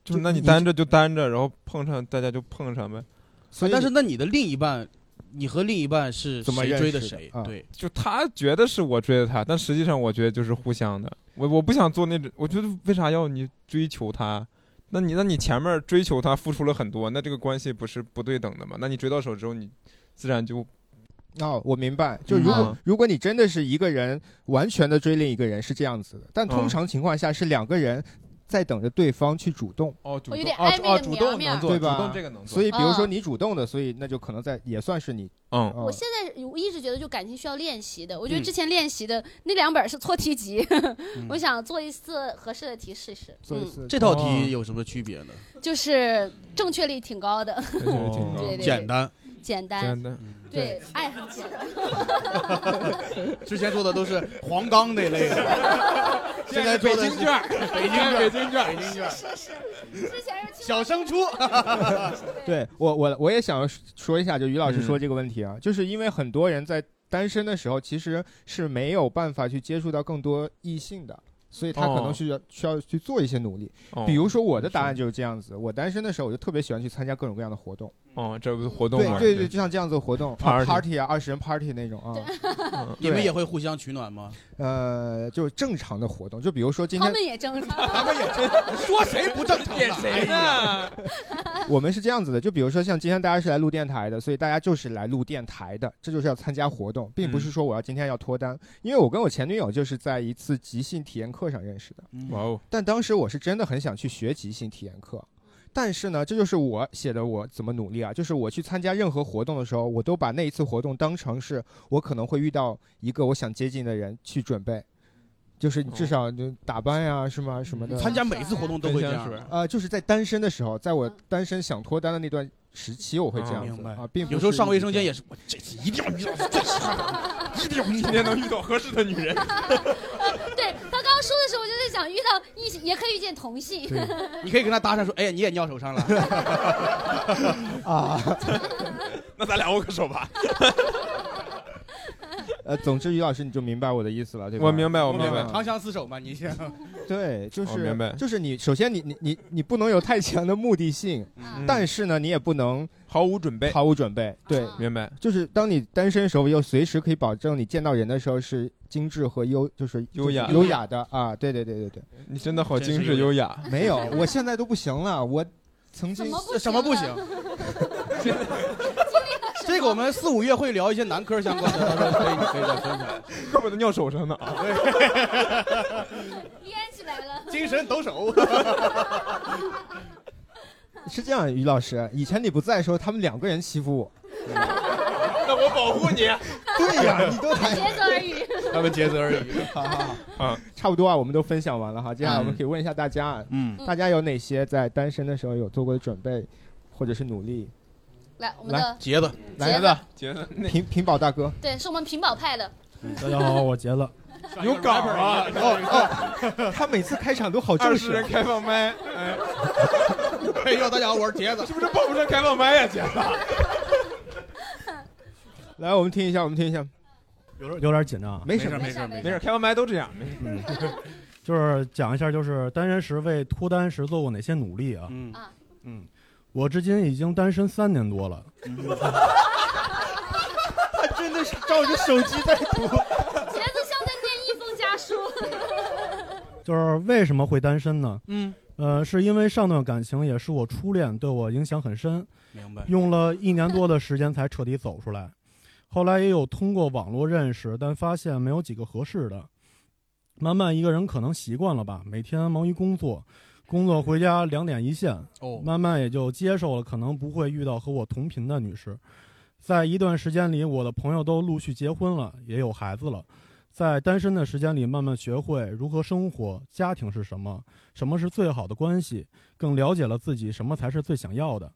[SPEAKER 3] 就是那你单着就单着，然后碰上大家就碰上呗。
[SPEAKER 4] 所以，但是那你的另一半，你和另一半是
[SPEAKER 3] 怎么
[SPEAKER 4] 谁
[SPEAKER 3] 认
[SPEAKER 4] 追
[SPEAKER 3] 识
[SPEAKER 4] 的
[SPEAKER 3] 的
[SPEAKER 4] 谁？
[SPEAKER 3] 啊
[SPEAKER 4] 对，
[SPEAKER 3] 就他觉得是我追的他，但实际上我觉得就是互相的。我我不想做那种，我觉得为啥要你追求他？那你那你前面追求他付出了很多，那这个关系不是不对等的吗？那你追到手之后，你自然就
[SPEAKER 2] 哦，我明白，就如果、
[SPEAKER 3] 嗯
[SPEAKER 2] 如果你真的是一个人完全的追另一个人是这样子的，但
[SPEAKER 3] 嗯
[SPEAKER 2] 通常情况下是两个人在等着对方去主动。
[SPEAKER 3] 哦主
[SPEAKER 5] 我有
[SPEAKER 3] 动
[SPEAKER 5] 点
[SPEAKER 3] 哦
[SPEAKER 5] 暧
[SPEAKER 3] 主
[SPEAKER 5] 昧
[SPEAKER 3] 哦
[SPEAKER 5] 的
[SPEAKER 3] 主
[SPEAKER 5] 苗
[SPEAKER 3] 动
[SPEAKER 5] 苗
[SPEAKER 3] 能做
[SPEAKER 2] 对
[SPEAKER 3] 主
[SPEAKER 2] 吧
[SPEAKER 3] 动这个能？做。
[SPEAKER 2] 所以，比如说
[SPEAKER 5] 嗯
[SPEAKER 2] 你主动的，所以那就可能在也算是你。
[SPEAKER 3] 嗯
[SPEAKER 5] 我现在我一直觉得，就感情需要练习的。我觉得
[SPEAKER 2] 嗯
[SPEAKER 5] 之前练习的那两本是错题集，
[SPEAKER 4] 嗯
[SPEAKER 5] 我想做一次合适的题试试。
[SPEAKER 2] 做一次
[SPEAKER 4] 这套
[SPEAKER 2] 哦
[SPEAKER 4] 题有什么区别呢？
[SPEAKER 5] 嗯，就是正确率挺高的，哦 对对对
[SPEAKER 4] 哦简单，
[SPEAKER 5] 简单，
[SPEAKER 3] 单。
[SPEAKER 5] 对，爱很简单。
[SPEAKER 4] 哦之前做的都是黄冈那类的， 现在做的是
[SPEAKER 3] 现在
[SPEAKER 4] 北
[SPEAKER 3] 北
[SPEAKER 4] 京卷
[SPEAKER 3] 京卷
[SPEAKER 4] 儿，
[SPEAKER 3] 儿
[SPEAKER 4] 北
[SPEAKER 3] 北
[SPEAKER 4] 京卷
[SPEAKER 3] 京卷
[SPEAKER 4] 儿
[SPEAKER 3] 儿，
[SPEAKER 5] 之前是
[SPEAKER 4] 小升初。
[SPEAKER 2] 对我我我也想说一下，就于老师
[SPEAKER 3] 嗯
[SPEAKER 2] 说这个问题啊，就是因为很多人在单身的时候其实是没有办法去接触到更多异性的，所以他可能
[SPEAKER 3] 哦
[SPEAKER 2] 需要、需要去做一些努力。
[SPEAKER 3] 哦
[SPEAKER 2] 比如说我的答案就是这样子，我单身的时候我就特别喜欢去参加各种各样的活动。
[SPEAKER 3] 哦，这不是活动
[SPEAKER 2] 对
[SPEAKER 3] 吗？
[SPEAKER 2] 对对，就像这样子的活动
[SPEAKER 3] Party
[SPEAKER 2] 啊 party 啊，二十人 party 那种啊。嗯
[SPEAKER 4] 你们
[SPEAKER 2] 对
[SPEAKER 4] 也会互相取暖吗？
[SPEAKER 2] 呃，就是正常的活动，就比如说今
[SPEAKER 5] 他
[SPEAKER 2] 天
[SPEAKER 5] 们也正常，
[SPEAKER 4] 他们也正常，说 谁不正常呢？哎谁 呢？
[SPEAKER 2] 我们是这样子的，就比如说像今天大家是来录电台的，所以大家就是来录电台的，这就是要参加活动，并不是说我要今天要脱单，因为我跟我前女友就是在一次即兴体验课上认识的。
[SPEAKER 3] 哇哦！
[SPEAKER 2] 但当时我是真的很想去学即兴体验课，但是呢，这就是我写的我怎么努力啊，就是我去参加任何活动的时候，我都把那一次活动当成是我可能会遇到一个我想接近的人去准备。就是你至少就打扮呀、是吗？什么的，
[SPEAKER 4] 嗯参加每次活动都会这样。嗯
[SPEAKER 2] 呃，就是在单身的时候，在我单身想脱单的那段时期，我会这样
[SPEAKER 4] 哦明
[SPEAKER 2] 子
[SPEAKER 4] 白
[SPEAKER 2] 啊，并不
[SPEAKER 4] 有时候
[SPEAKER 2] 是
[SPEAKER 4] 上
[SPEAKER 2] 一
[SPEAKER 4] 卫
[SPEAKER 2] 直
[SPEAKER 4] 生间也是，我这次一定要遇到，这次一定要
[SPEAKER 3] 今天能遇到合适的女 人。
[SPEAKER 5] 对他刚刚说的时候，我就在想，遇到异性也可以遇见同性。
[SPEAKER 4] 你可以跟他搭讪说：“哎呀，你也尿手上了。
[SPEAKER 2] 啊。
[SPEAKER 3] 那咱俩握个手 吧。
[SPEAKER 2] 呃，总之于老师你就明白我的意思了，对吧？
[SPEAKER 3] 我明白我
[SPEAKER 4] 我哦
[SPEAKER 3] 明白
[SPEAKER 4] 长相厮守嘛，你先。
[SPEAKER 2] 对，就
[SPEAKER 3] 我
[SPEAKER 2] 是、
[SPEAKER 3] 明白
[SPEAKER 2] 就是你首先你你你你不能有太强的目的性，
[SPEAKER 4] 嗯
[SPEAKER 2] 但是呢你也不能
[SPEAKER 3] 毫无准备，
[SPEAKER 2] 毫无准备，对，
[SPEAKER 4] 嗯
[SPEAKER 3] 明白。
[SPEAKER 2] 就是当你单身的时候，又随时可以保证你见到人的时候是精致和优，就是
[SPEAKER 3] 优雅
[SPEAKER 2] 优雅的啊，对对对对对，
[SPEAKER 3] 你真的好精致优雅。
[SPEAKER 2] 没有，我现在都不行了，我曾经
[SPEAKER 4] 什么不行？啊 这个我们四五月会聊一些男科相关的，到时候可以可以再分享。
[SPEAKER 3] 恨不得尿手上呢啊！
[SPEAKER 11] 连起来了，
[SPEAKER 4] 精神抖擞。
[SPEAKER 2] 是这样，于老师，以前你不在的时候，他们两个人欺负我，
[SPEAKER 3] 那我保护你。啊
[SPEAKER 2] 对呀、你都还
[SPEAKER 11] 竭泽而 渔。
[SPEAKER 4] 他们竭泽而 渔。
[SPEAKER 2] 好好好，差不多啊，我们都分享完了哈。接下来我们可以问一下大家，啊
[SPEAKER 4] 嗯
[SPEAKER 2] 大家有哪些在单身的时候有做过的准备，或者是努力？
[SPEAKER 5] 来，我们
[SPEAKER 2] 来，
[SPEAKER 5] 的
[SPEAKER 4] 杰子，
[SPEAKER 2] 来
[SPEAKER 5] 杰子，
[SPEAKER 3] 杰子，
[SPEAKER 2] 平平保大哥，
[SPEAKER 5] 对，是我们屏保 派的。
[SPEAKER 18] 大家好，我杰子。
[SPEAKER 3] 有梗啊！
[SPEAKER 2] 哦哦，他每次开场都好
[SPEAKER 3] 二
[SPEAKER 2] 正
[SPEAKER 3] 十
[SPEAKER 2] 式。
[SPEAKER 3] 人开放 麦，哎，
[SPEAKER 4] 啊哎呦，大家好，我是杰子，
[SPEAKER 3] 是不是报不上开放麦呀， 杰子？
[SPEAKER 2] 来，我们听一下，我们听一下。
[SPEAKER 18] 有点有点紧张啊，嗯
[SPEAKER 2] 没事没
[SPEAKER 3] 事没事，开放麦都这样，没事。
[SPEAKER 18] 就是讲一下，就是单身时为脱单时做过哪些努力啊？嗯嗯，我至今已经单身三年多了。
[SPEAKER 2] 他 真的是照着手机在读。
[SPEAKER 11] 杰子像在念一封家书。
[SPEAKER 18] 就是为什么会单身呢？
[SPEAKER 4] 嗯，
[SPEAKER 18] 呃，是因为上段感情也是我初恋，对我影响很深。
[SPEAKER 4] 明白
[SPEAKER 18] 用了一年多的时间才彻底走出来。后来也有通过网络认识，但发现没有几个合适的。慢慢一个人可能习惯了吧，每天忙于工作，工作回家两点一线，
[SPEAKER 4] 哦
[SPEAKER 18] 慢慢也就接受了，可能不会遇到和我同频的女士。在一段时间里，我的朋友都陆续结婚了，也有孩子了。在单身的时间里，慢慢学会如何生活，家庭是什么，什么是最好的关系，更了解了自己什么才是最想要的。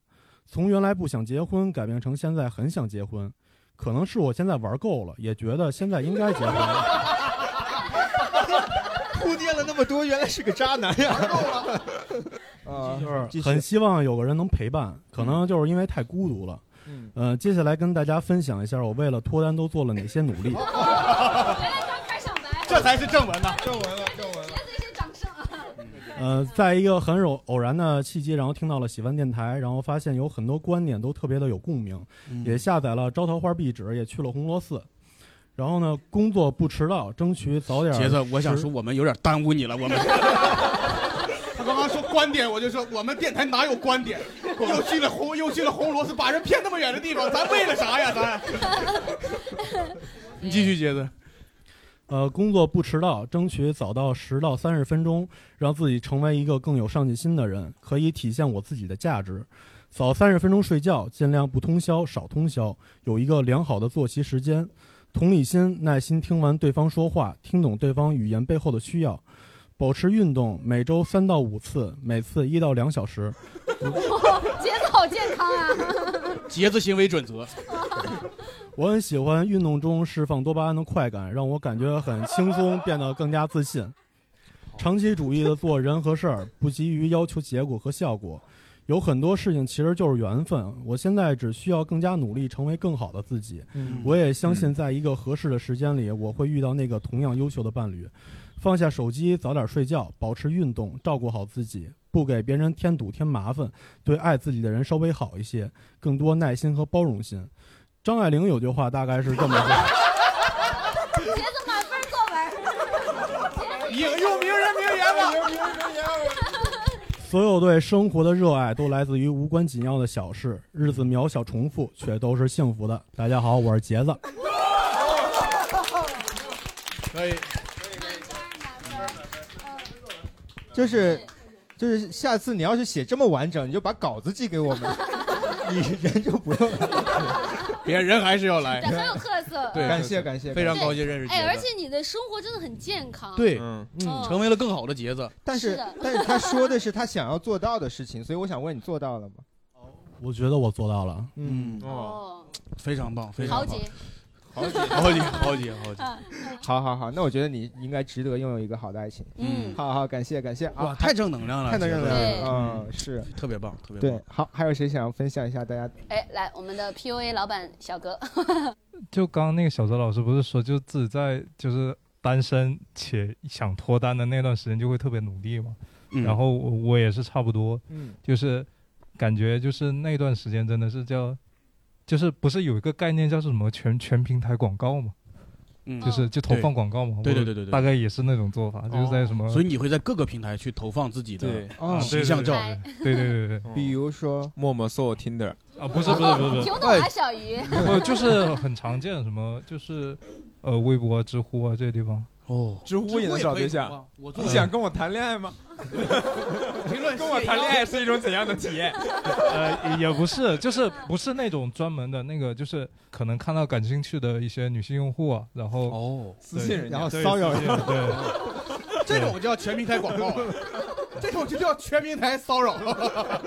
[SPEAKER 18] 从原来不想结婚，改变成现在很想结婚，可能是我现在玩够了，也觉得现在应该结婚了。
[SPEAKER 2] 铺垫了那么多，原来是个渣男呀！
[SPEAKER 4] 嗯
[SPEAKER 2] 啊，
[SPEAKER 18] 就
[SPEAKER 2] 继
[SPEAKER 18] 是
[SPEAKER 2] 续
[SPEAKER 18] 很希望有个人能陪伴，可能就是因为太孤独了。
[SPEAKER 2] 嗯，
[SPEAKER 18] 呃，接下来跟大家分享一下我为了脱单都做了哪些努力。
[SPEAKER 4] 这才是正文呢，
[SPEAKER 2] 正文了，正文了。
[SPEAKER 18] 呃，在一个很偶偶然的契机，然后听到了喜欢电台，然后发现有很多观点都特别的有共鸣，
[SPEAKER 4] 嗯
[SPEAKER 18] 也下载了招桃花壁纸，也去了红螺寺。然后呢，工作不迟到，争取早点。
[SPEAKER 4] 杰子，我想说，，我们有点耽误你了，我们。他刚刚说观点，我就说我们电台哪有观点？又去了红，又去了红螺丝，把人骗那么远的地方，咱为了啥呀？咱
[SPEAKER 18] 你
[SPEAKER 4] 继续接着。
[SPEAKER 18] 呃，工作不迟到，争取早到十到三十分钟，让自己成为一个更有上进心的人，可以体现我自己的价值。早三十分钟睡觉，尽量不通宵，少通宵，有一个良好的作息时间。同理心，耐心听完对方说话，听懂对方语言背后的需要。保持运动，每周三到五次，每次一到两小时。
[SPEAKER 5] 杰子好健康啊！
[SPEAKER 4] 杰子行为准则，
[SPEAKER 18] 我很喜欢运动中释放多巴胺的快感，让我感觉很轻松，变得更加自信。长期主义的做人和事儿，不急于要求结果和效果。有很多事情其实就是缘分，我现在只需要更加努力，成为更好的自己。
[SPEAKER 4] 嗯
[SPEAKER 18] 我也相信，在一个合适的时间里，我会遇到那个同样优秀的伴侣。放下手机，早点睡觉，保持运动，照顾好自己，不给别人添堵添麻烦，对爱自己的人稍微好一些，更多耐心和包容心。张爱玲有句话大概是这么说。
[SPEAKER 11] 杰子满分作文。
[SPEAKER 4] 引用名人名言吧
[SPEAKER 11] 引用名人名言。
[SPEAKER 18] 所有对生活的热爱都来自于无关紧要的小事，日子渺小重复，却都是幸福的。大家好，我是杰子。
[SPEAKER 4] 可以。
[SPEAKER 2] 就是就是下次你要是写这么完整，你就把稿子寄给我们，你人就不用了。
[SPEAKER 4] 别人还是要来，
[SPEAKER 5] 对很有特色
[SPEAKER 4] 对，
[SPEAKER 2] 感谢感谢
[SPEAKER 4] 非常高兴认识杰
[SPEAKER 5] 哎，而
[SPEAKER 4] 子。
[SPEAKER 5] 且你的生活真的很健康。
[SPEAKER 4] 对，
[SPEAKER 3] 嗯
[SPEAKER 5] 嗯
[SPEAKER 4] 成为了更好的杰子。
[SPEAKER 2] 但
[SPEAKER 5] 是
[SPEAKER 2] 是
[SPEAKER 5] 的
[SPEAKER 2] 但是他说的是他想要做到的事情，所以我想问你做到了吗？
[SPEAKER 18] 我觉得我做到了。
[SPEAKER 2] 嗯
[SPEAKER 4] 哦非常棒，非常
[SPEAKER 5] 哦豪
[SPEAKER 4] 棒
[SPEAKER 5] 杰。嗯
[SPEAKER 4] 好姐，
[SPEAKER 2] 好
[SPEAKER 4] 好
[SPEAKER 2] 姐，
[SPEAKER 4] 姐，
[SPEAKER 2] 好
[SPEAKER 4] 好
[SPEAKER 2] 姐，
[SPEAKER 4] 姐，
[SPEAKER 2] 好
[SPEAKER 4] 好
[SPEAKER 2] 姐
[SPEAKER 4] 姐。
[SPEAKER 2] 好好好，那我觉得你应该值得拥有一个好的爱情。
[SPEAKER 4] 嗯
[SPEAKER 2] 好好，感谢感谢啊，
[SPEAKER 4] 哇太正能量了
[SPEAKER 2] 太正能量
[SPEAKER 4] 姐
[SPEAKER 2] 了，
[SPEAKER 4] 对
[SPEAKER 2] 嗯，
[SPEAKER 4] 嗯
[SPEAKER 2] 是
[SPEAKER 4] 特别棒特别棒
[SPEAKER 2] 对，好，还有谁想要分享一下大家？
[SPEAKER 5] 哎，来我们的 PUA 老板小哥，
[SPEAKER 20] 就刚刚那个小泽老师不是说，就自己在就是单身且想脱单的那段时间就会特别努力嘛。
[SPEAKER 6] 嗯
[SPEAKER 20] 然后我我也是差不多，
[SPEAKER 6] 嗯
[SPEAKER 20] 就是感觉就是那段时间真的是叫，就是不是有一个概念叫是什么全全平台广告嘛？
[SPEAKER 4] 嗯
[SPEAKER 2] 啊
[SPEAKER 20] 就是就投放
[SPEAKER 4] 对
[SPEAKER 20] 广告嘛。
[SPEAKER 4] 对对
[SPEAKER 20] 我
[SPEAKER 4] 对对对
[SPEAKER 20] 大概也是那种做法，就是在什么。
[SPEAKER 4] 所以你会在各个平台去投放自己的
[SPEAKER 2] 啊
[SPEAKER 20] 哦
[SPEAKER 4] 形象照，
[SPEAKER 20] 对对对对，
[SPEAKER 2] 嗯比如说
[SPEAKER 3] 陌陌、搜 Tinder
[SPEAKER 20] 啊，不是不是不是不是，
[SPEAKER 5] 哎听懂了小鱼？
[SPEAKER 20] 不就是很常见，什么就是呃微博、啊、知乎啊这些地方。嗯
[SPEAKER 4] 哦，
[SPEAKER 3] 知乎也能找对象？你想跟我谈恋爱吗？跟我谈恋爱是一种怎样的体验？
[SPEAKER 20] 呃，也不是， 就是不是那种专门的那个，就是可能看到感兴趣的一些女性用户啊，然后
[SPEAKER 4] 哦，
[SPEAKER 20] 对
[SPEAKER 4] 私信人
[SPEAKER 20] 对
[SPEAKER 4] 家然后骚扰
[SPEAKER 20] 私信
[SPEAKER 4] 人家
[SPEAKER 20] 对，
[SPEAKER 4] 这种叫全平台广告 啊，这种就叫全平台骚 扰了。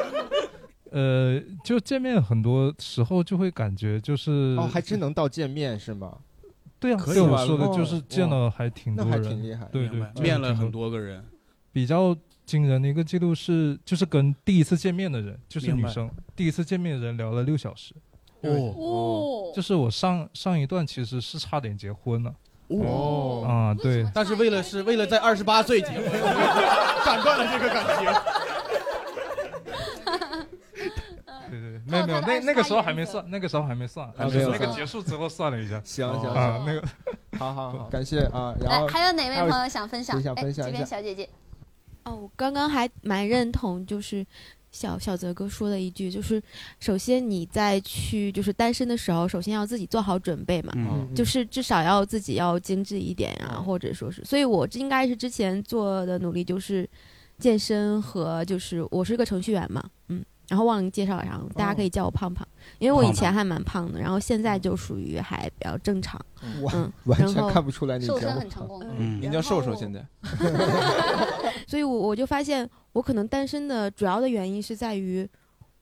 [SPEAKER 20] 呃，就见面很多时候就会感觉就是
[SPEAKER 2] 哦，还真能到见面是吗？
[SPEAKER 20] 对啊，
[SPEAKER 2] 可以
[SPEAKER 20] 对我
[SPEAKER 2] 吧
[SPEAKER 20] 说的
[SPEAKER 2] 哇
[SPEAKER 20] 就是见了还挺多
[SPEAKER 2] 那还
[SPEAKER 20] 人，
[SPEAKER 2] 挺厉害，
[SPEAKER 20] 对对，
[SPEAKER 4] 明白
[SPEAKER 20] 就是
[SPEAKER 4] 面了
[SPEAKER 20] 挺
[SPEAKER 4] 很多个人。
[SPEAKER 20] 比较惊人的一个记录是，就是跟第一次见面的人，就是
[SPEAKER 4] 明
[SPEAKER 20] 女
[SPEAKER 4] 白
[SPEAKER 20] 生，第一次见面的人聊了六小时。
[SPEAKER 4] 哦哦
[SPEAKER 20] 就是我上上一段其实是差点结婚了。
[SPEAKER 4] 哦
[SPEAKER 20] 啊，对，
[SPEAKER 4] 但是为了是为了在二十八岁结 婚，斩断了这个感情。
[SPEAKER 20] 对对，没
[SPEAKER 4] 他有
[SPEAKER 20] 有没有，
[SPEAKER 4] 他的
[SPEAKER 20] 那那个时候还没
[SPEAKER 4] 28
[SPEAKER 20] 算，那个时候还没算，还
[SPEAKER 2] 啊没有
[SPEAKER 20] 那个
[SPEAKER 2] 算
[SPEAKER 20] 结束之后算了一下。
[SPEAKER 2] 行行
[SPEAKER 20] 啊，
[SPEAKER 2] 行
[SPEAKER 20] 那个，
[SPEAKER 2] 好 好好，感谢啊。然
[SPEAKER 5] 来
[SPEAKER 2] 后，
[SPEAKER 5] 还有哪位朋友想分享？
[SPEAKER 2] 谁想
[SPEAKER 5] 哎，
[SPEAKER 2] 分享
[SPEAKER 5] 这
[SPEAKER 2] 一
[SPEAKER 5] 边
[SPEAKER 2] 下？
[SPEAKER 5] 小姐姐，
[SPEAKER 24] 哦，我刚刚还蛮认同，就是小小泽哥说的一句，就是首先你在去就是单身的时候，首先要自己做好准备嘛，
[SPEAKER 7] 嗯嗯
[SPEAKER 24] 就是至少要自己要精致一点啊，
[SPEAKER 2] 嗯
[SPEAKER 24] 或者说是，所以我应该是之前做的努力就是健身和就是我是个程序员嘛，嗯。然后忘了介绍一下，大
[SPEAKER 2] 哦
[SPEAKER 24] 家可以叫我胖胖，因为我以前还蛮胖的，然后现在就属于还比较正常。嗯，
[SPEAKER 2] 完
[SPEAKER 24] 然
[SPEAKER 2] 全
[SPEAKER 24] 后
[SPEAKER 2] 看不出来你
[SPEAKER 5] 瘦身
[SPEAKER 2] 长得
[SPEAKER 5] 很成功
[SPEAKER 2] 胖
[SPEAKER 3] 嗯，你叫瘦瘦现在。
[SPEAKER 24] 所以我我就发现，我可能单身的主要的原因是在于，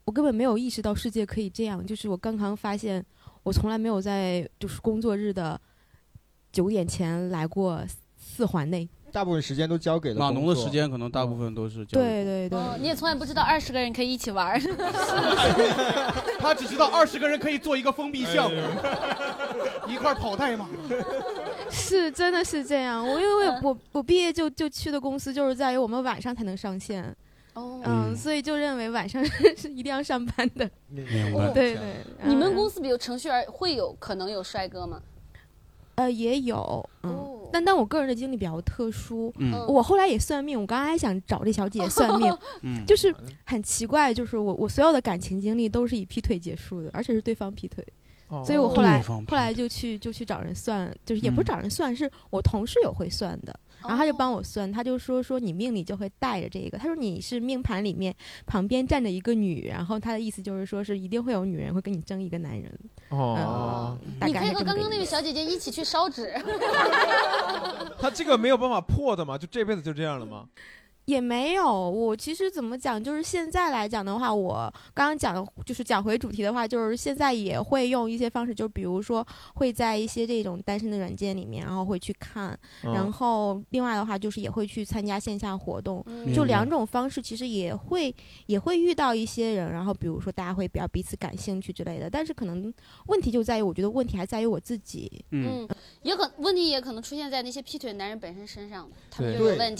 [SPEAKER 24] 我根本没有意识到世界可以这样。就是我刚刚发现，我从来没有在就是工作日的九点前来过四环内。
[SPEAKER 2] 大部分时间都交给了
[SPEAKER 4] 码农的
[SPEAKER 2] 工作
[SPEAKER 4] 时间可能大部分都是交
[SPEAKER 24] 对对对，
[SPEAKER 5] 哦，你也从来不知道二十个人可以一起玩儿。
[SPEAKER 4] 他只知道二十个人可以做一个封闭项目，一块儿跑代码。
[SPEAKER 24] 是真的是这样。我因为我
[SPEAKER 5] 嗯
[SPEAKER 24] 也我我毕业就就去的公司就是在于我们晚上才能上线。
[SPEAKER 5] 哦
[SPEAKER 24] 嗯，
[SPEAKER 5] 嗯
[SPEAKER 24] 所以就认为晚上 是一定要上班的。
[SPEAKER 5] 明白
[SPEAKER 24] 对对，
[SPEAKER 5] 你们
[SPEAKER 24] 嗯
[SPEAKER 5] 公司比如程序员会有可能有帅哥吗？
[SPEAKER 24] 呃，也有，嗯，但但我个人的经历比较特殊，
[SPEAKER 5] 嗯，
[SPEAKER 24] 我后来也算命，我刚刚还想找这小姐算命
[SPEAKER 5] 嗯
[SPEAKER 24] 就是很奇怪，就是我我所有的感情经历都是以劈腿结束的，而且是对方劈腿，
[SPEAKER 5] 哦
[SPEAKER 24] 所以我后来
[SPEAKER 5] 对方劈
[SPEAKER 24] 后来就去就去找人算，就是也
[SPEAKER 5] 嗯
[SPEAKER 24] 不是找人算，是我同事有会算的，然后他就帮我算，他就说说你命里就会带着这个，他说你是命盘里面旁边站着一个女，然后他的意思就是说是一定会有女人会跟你争一个男人，
[SPEAKER 3] 哦
[SPEAKER 24] 嗯，大
[SPEAKER 5] 你
[SPEAKER 24] 概
[SPEAKER 5] 可以
[SPEAKER 24] 是
[SPEAKER 5] 和
[SPEAKER 24] 这么
[SPEAKER 5] 刚
[SPEAKER 24] 个
[SPEAKER 5] 刚那
[SPEAKER 24] 意
[SPEAKER 5] 位
[SPEAKER 24] 思
[SPEAKER 5] 小姐姐一起去烧纸。
[SPEAKER 3] 他这个没有办法破的嘛，就这辈子就这样了吗？
[SPEAKER 24] 也没有，我其实怎么讲，就是现在来讲的话，我刚刚讲就是讲回主题的话，就是现在也会用一些方式，就比如说会在一些这种单身的软件里面，然后会去看，
[SPEAKER 5] 嗯
[SPEAKER 24] 然后另外的话就是也会去参加线下活动，
[SPEAKER 5] 嗯明
[SPEAKER 24] 就
[SPEAKER 5] 白
[SPEAKER 24] 两种方式，其实也会也会遇到一些人，然后比如说大家会比较彼此感兴趣之类的，但是可能问题就在于，我觉得问题还在于我自己，
[SPEAKER 5] 嗯，也可问题也可能出现在那些劈腿男人本身身上，他们
[SPEAKER 2] 对
[SPEAKER 5] 就有问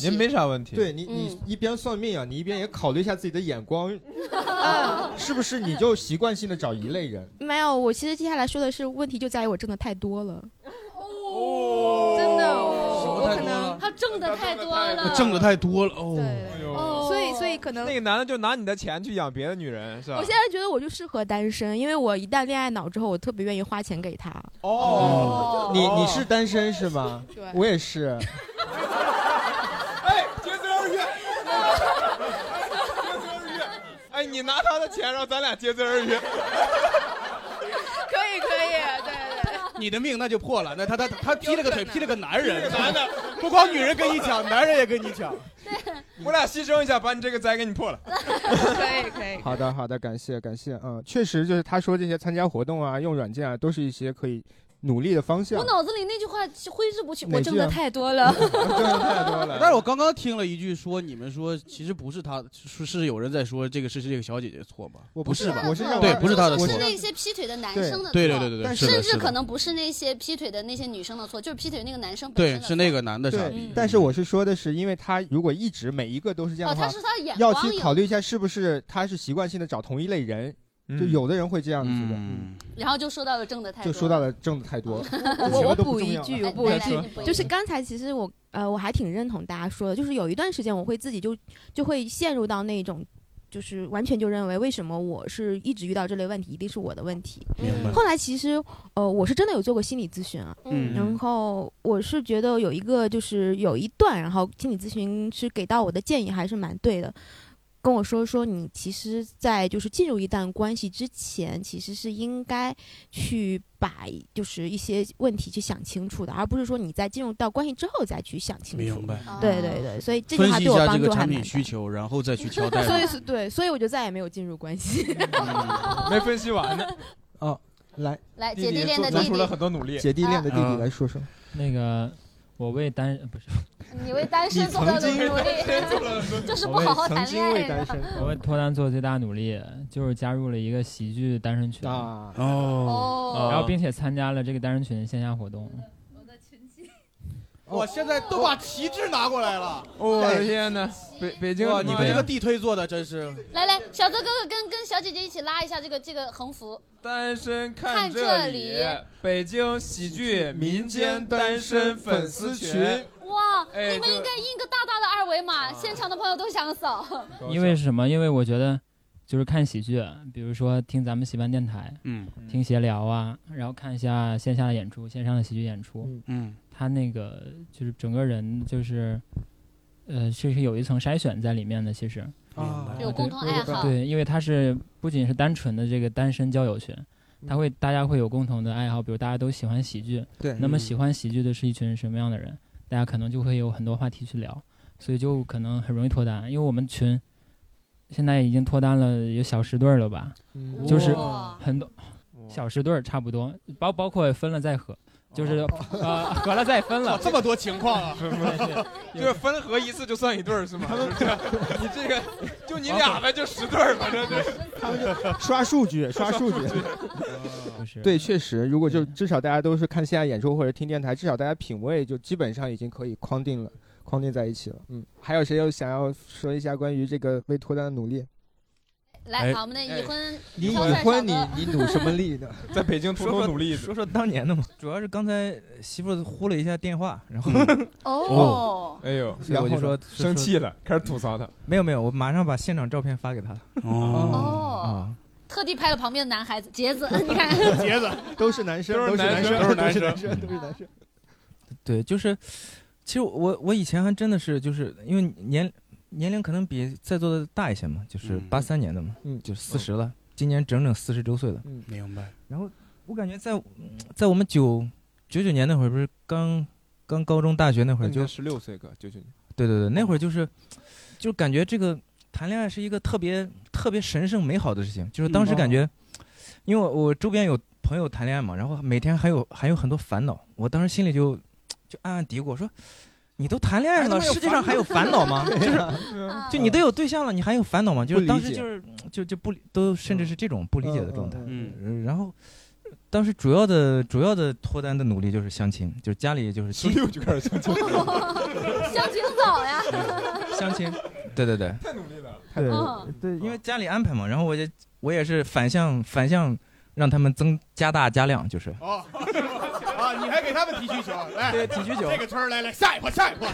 [SPEAKER 5] 题。嗯
[SPEAKER 2] 对你，你一边算命啊，你一边也考虑一下自己的眼 光，是不是你就习惯性的找一类人？
[SPEAKER 24] 嗯没有，我其实接下来说的是，问题就在于我挣的太多了。
[SPEAKER 5] 真的，
[SPEAKER 24] 我可能
[SPEAKER 5] 他挣的太多了，
[SPEAKER 4] 挣的太多了哦。
[SPEAKER 24] 所以所以可能
[SPEAKER 3] 哎那个男的就拿你的钱去养别的女人，是吧？
[SPEAKER 24] 我现在觉得我就适合单身，因为我一旦恋爱脑之后，我特别愿意花钱给他。
[SPEAKER 2] 哦你你是单身是吗？
[SPEAKER 24] 对
[SPEAKER 2] 我也是。
[SPEAKER 3] 哎，绝子而语，哎绝子而语。哎，你拿他的钱，然后咱
[SPEAKER 2] 哎
[SPEAKER 3] 俩绝子而语。
[SPEAKER 24] 可以可以，对对。
[SPEAKER 4] 你的命那就破了，那他他他劈了个腿，劈了个男人，
[SPEAKER 3] 男的，
[SPEAKER 4] 不光女人跟你抢，男人也跟你抢。
[SPEAKER 3] 我俩牺牲一下，把你这个灾给你破了。
[SPEAKER 24] 可以可以。
[SPEAKER 2] 好的，好的，感谢感谢，嗯，确实就是他说这些参加活动啊、用软件啊，都是一些可以努力的方向
[SPEAKER 5] 我。脑子里那句话挥之不去，
[SPEAKER 2] 哪
[SPEAKER 5] 我挣
[SPEAKER 2] 句
[SPEAKER 5] 的
[SPEAKER 2] 啊
[SPEAKER 5] 太多 了。
[SPEAKER 4] 但是我刚刚听了一句说，你们说其实不是他，是是有人在说这个是这个小姐姐错吗？
[SPEAKER 2] 我
[SPEAKER 4] 不
[SPEAKER 2] 不
[SPEAKER 4] 是
[SPEAKER 2] 是
[SPEAKER 4] 吧
[SPEAKER 2] 她？的我是让
[SPEAKER 4] 对，
[SPEAKER 2] 她
[SPEAKER 4] 不是她的
[SPEAKER 5] 不
[SPEAKER 4] 错
[SPEAKER 5] 是。那些劈腿的男
[SPEAKER 4] 对
[SPEAKER 5] 生的错，
[SPEAKER 4] 对对对对对是的
[SPEAKER 5] 甚
[SPEAKER 4] 是
[SPEAKER 5] 至
[SPEAKER 4] 的
[SPEAKER 5] 可能不是那些劈腿的那些女生的错，就是劈腿那个男生本
[SPEAKER 4] 对，
[SPEAKER 5] 身的嗯错。
[SPEAKER 4] 是那个男的傻
[SPEAKER 2] 对
[SPEAKER 4] 逼，。
[SPEAKER 2] 但是我是说的是，因为他如果一直每一个都是这样的话，
[SPEAKER 5] 哦他是他的眼
[SPEAKER 2] 要
[SPEAKER 5] 光
[SPEAKER 2] 去
[SPEAKER 5] 有
[SPEAKER 2] 考虑一下是不是他是习惯性的找同一类人，就有的人会这样子的，嗯
[SPEAKER 5] 然后就说到了挣的太
[SPEAKER 2] 就
[SPEAKER 5] 多了，
[SPEAKER 2] 说到了挣的太多。
[SPEAKER 24] 我我补一句，我补一
[SPEAKER 2] 哎来来
[SPEAKER 24] 句，就是刚才其实我呃我还挺认同大家说的，就是有一段时间我会自己就就会陷入到那种。就是完全就认为为什么我是一直遇到这类问题，一定是我的问题。
[SPEAKER 6] 明白
[SPEAKER 24] 后来其实，呃，我是真的有做过心理咨询啊，
[SPEAKER 6] 嗯
[SPEAKER 24] 然后我是觉得有一个就是有一段，然后心理咨询师给到我的建议还是蛮对的，跟我说说你其实，在就是进入一段关系之前，其实是应该去把就是一些问题去想清楚的，而不是说你在进入到关系之后再去想清楚。
[SPEAKER 4] 明白
[SPEAKER 24] 对对对，所以这句
[SPEAKER 4] 分
[SPEAKER 24] 话
[SPEAKER 4] 析一
[SPEAKER 24] 对我
[SPEAKER 4] 下
[SPEAKER 24] 帮
[SPEAKER 4] 这个
[SPEAKER 24] 助还
[SPEAKER 4] 产品
[SPEAKER 24] 蛮大。
[SPEAKER 4] 需求，然后 再去挑代
[SPEAKER 24] 所以
[SPEAKER 4] 码。
[SPEAKER 24] 是对，所以我就再也没有进入关系。哦
[SPEAKER 3] 没分析完呢。
[SPEAKER 2] 啊，来，
[SPEAKER 5] 来
[SPEAKER 3] 弟
[SPEAKER 5] 姐弟恋
[SPEAKER 3] 做
[SPEAKER 5] 的
[SPEAKER 3] 做
[SPEAKER 5] 弟
[SPEAKER 3] 出了
[SPEAKER 5] 弟
[SPEAKER 3] 很多努力。
[SPEAKER 2] 姐弟恋的弟弟
[SPEAKER 19] 嗯
[SPEAKER 7] 啊
[SPEAKER 2] 来说说，
[SPEAKER 7] 那个我为单不是
[SPEAKER 5] 你为单身做到的努力，就是不好好谈恋爱。
[SPEAKER 7] 我为脱单做最大努力，就是加入了一个喜剧单身群
[SPEAKER 2] 啊
[SPEAKER 7] 哦然后并且参加了这个单身群的线下活动。
[SPEAKER 3] 哦
[SPEAKER 4] 我现在都把旗帜拿过来了。
[SPEAKER 3] 我的
[SPEAKER 4] 哎
[SPEAKER 3] 天哪，北北京哎
[SPEAKER 4] 哇，你们这个
[SPEAKER 3] 地
[SPEAKER 4] 地推做的真是。
[SPEAKER 5] 来来，小泽哥哥跟跟小姐姐一起拉一下这个这个横幅。
[SPEAKER 3] 单身
[SPEAKER 5] 看
[SPEAKER 3] 这
[SPEAKER 5] 这
[SPEAKER 3] 里
[SPEAKER 5] 里，
[SPEAKER 3] 北京喜剧民间单身粉丝群。
[SPEAKER 5] 哇，
[SPEAKER 3] 哎啊
[SPEAKER 5] 你们
[SPEAKER 3] 这
[SPEAKER 5] 应该印个大大的二维码，现场的朋友都想扫。
[SPEAKER 7] 因为是什么？因为我觉得就是看喜剧，比如说听咱们喜番电台，
[SPEAKER 4] 嗯，
[SPEAKER 7] 听闲聊啊，然后看一下线下的演出，线上的喜剧演出，
[SPEAKER 4] 嗯，
[SPEAKER 7] 他那个就是整个人就是，呃，是是有一层筛选在里面的，其实。
[SPEAKER 4] 啊
[SPEAKER 7] 对
[SPEAKER 5] 有共同爱好
[SPEAKER 7] 对，因为它是不仅是单纯的这个单身交友群，它会大家会有共同的爱好，比如大家都喜欢喜剧，
[SPEAKER 2] 嗯对
[SPEAKER 7] 那么
[SPEAKER 2] 嗯
[SPEAKER 7] 喜欢喜剧的是一群什么样的人？大家可能就会有很多话题去聊，所以就可能很容易脱单，因为我们群现在已经脱单了有小十对儿了吧，
[SPEAKER 2] 嗯
[SPEAKER 7] 就是
[SPEAKER 2] 哇
[SPEAKER 7] 很多小十对儿差不多，包包括分了再合。就是、
[SPEAKER 2] 哦
[SPEAKER 7] 呃，合了再分了，
[SPEAKER 4] 哦这么多情况 啊！
[SPEAKER 7] 就是
[SPEAKER 3] 分合一次就算一对儿是 吗？是吧你这个就你俩呗，就十对儿，反正就是。
[SPEAKER 2] 刷数据，刷数据。
[SPEAKER 7] 就是
[SPEAKER 2] 对，确实，如果就至少大家都是看线下演出或者听电台，至少大家品味就基本上已经可以框定了，框定在一起了。嗯，还有谁有想要说一下关于这个为脱单的努力？
[SPEAKER 5] 来，
[SPEAKER 2] 哎
[SPEAKER 5] 好，我们的已婚，
[SPEAKER 2] 你
[SPEAKER 5] 挑选
[SPEAKER 2] 已婚
[SPEAKER 5] 小哥
[SPEAKER 2] 你努什么力呢？
[SPEAKER 3] 在北京偷
[SPEAKER 19] 说
[SPEAKER 3] 偷
[SPEAKER 19] 说
[SPEAKER 3] 努力
[SPEAKER 19] 说说当年的嘛，主要是刚才媳妇儿呼了一下电话，然后
[SPEAKER 5] 哦
[SPEAKER 3] 哎呦，
[SPEAKER 19] 所以我就说
[SPEAKER 3] 生气了，开始吐槽他。
[SPEAKER 19] 没有没有，我马上把现场照片发给嗯他。
[SPEAKER 5] 哦
[SPEAKER 19] 哦
[SPEAKER 5] 特地拍了旁边的男孩子杰 子，你看
[SPEAKER 2] 杰子 都是男生，都是男生，都是男生，都是男生。
[SPEAKER 19] 对，就是，其实我我以前还真的是就是因为年年龄可能比在座的大一些嘛，就是八三年的嘛，
[SPEAKER 2] 嗯，
[SPEAKER 19] 就是四十了，今年整整四十周岁了。
[SPEAKER 2] 嗯，
[SPEAKER 4] 明白。
[SPEAKER 19] 然后 我感觉在在我们九九九年那会儿，不是刚刚高中大学那会儿就
[SPEAKER 3] 十六岁哥，九九年。
[SPEAKER 19] 对对对，那会儿就是，就感觉这个谈恋爱是一个特别特别神圣美好的事情。就是当时感觉，因为我我周边有朋友谈恋爱嘛，然后每天还有还有很多烦恼，我当时心里就就暗暗嘀咕，我说你都谈恋爱了，世界上 还有烦恼吗？ 就是就
[SPEAKER 3] 嗯
[SPEAKER 19] 你都有对象了，你还有烦恼吗？就是当时就是就就不理都甚至是这种不理解的状态。嗯，然后。当时主要的主要的脱单的努力就是相亲，就是家里就是十
[SPEAKER 3] 六就开始相亲，
[SPEAKER 5] 相亲早呀，
[SPEAKER 19] 相亲， 对对对，
[SPEAKER 3] 太努力了，
[SPEAKER 19] 对
[SPEAKER 5] 嗯
[SPEAKER 19] 对，因为家里安排嘛，然后我就我也是反向反向让他们增加大加量，
[SPEAKER 3] 哎
[SPEAKER 19] 就是
[SPEAKER 4] 哦， 啊，你还给他们提需求，啊来，
[SPEAKER 19] 对提需求
[SPEAKER 4] 这个村儿来来，下一波，下一波，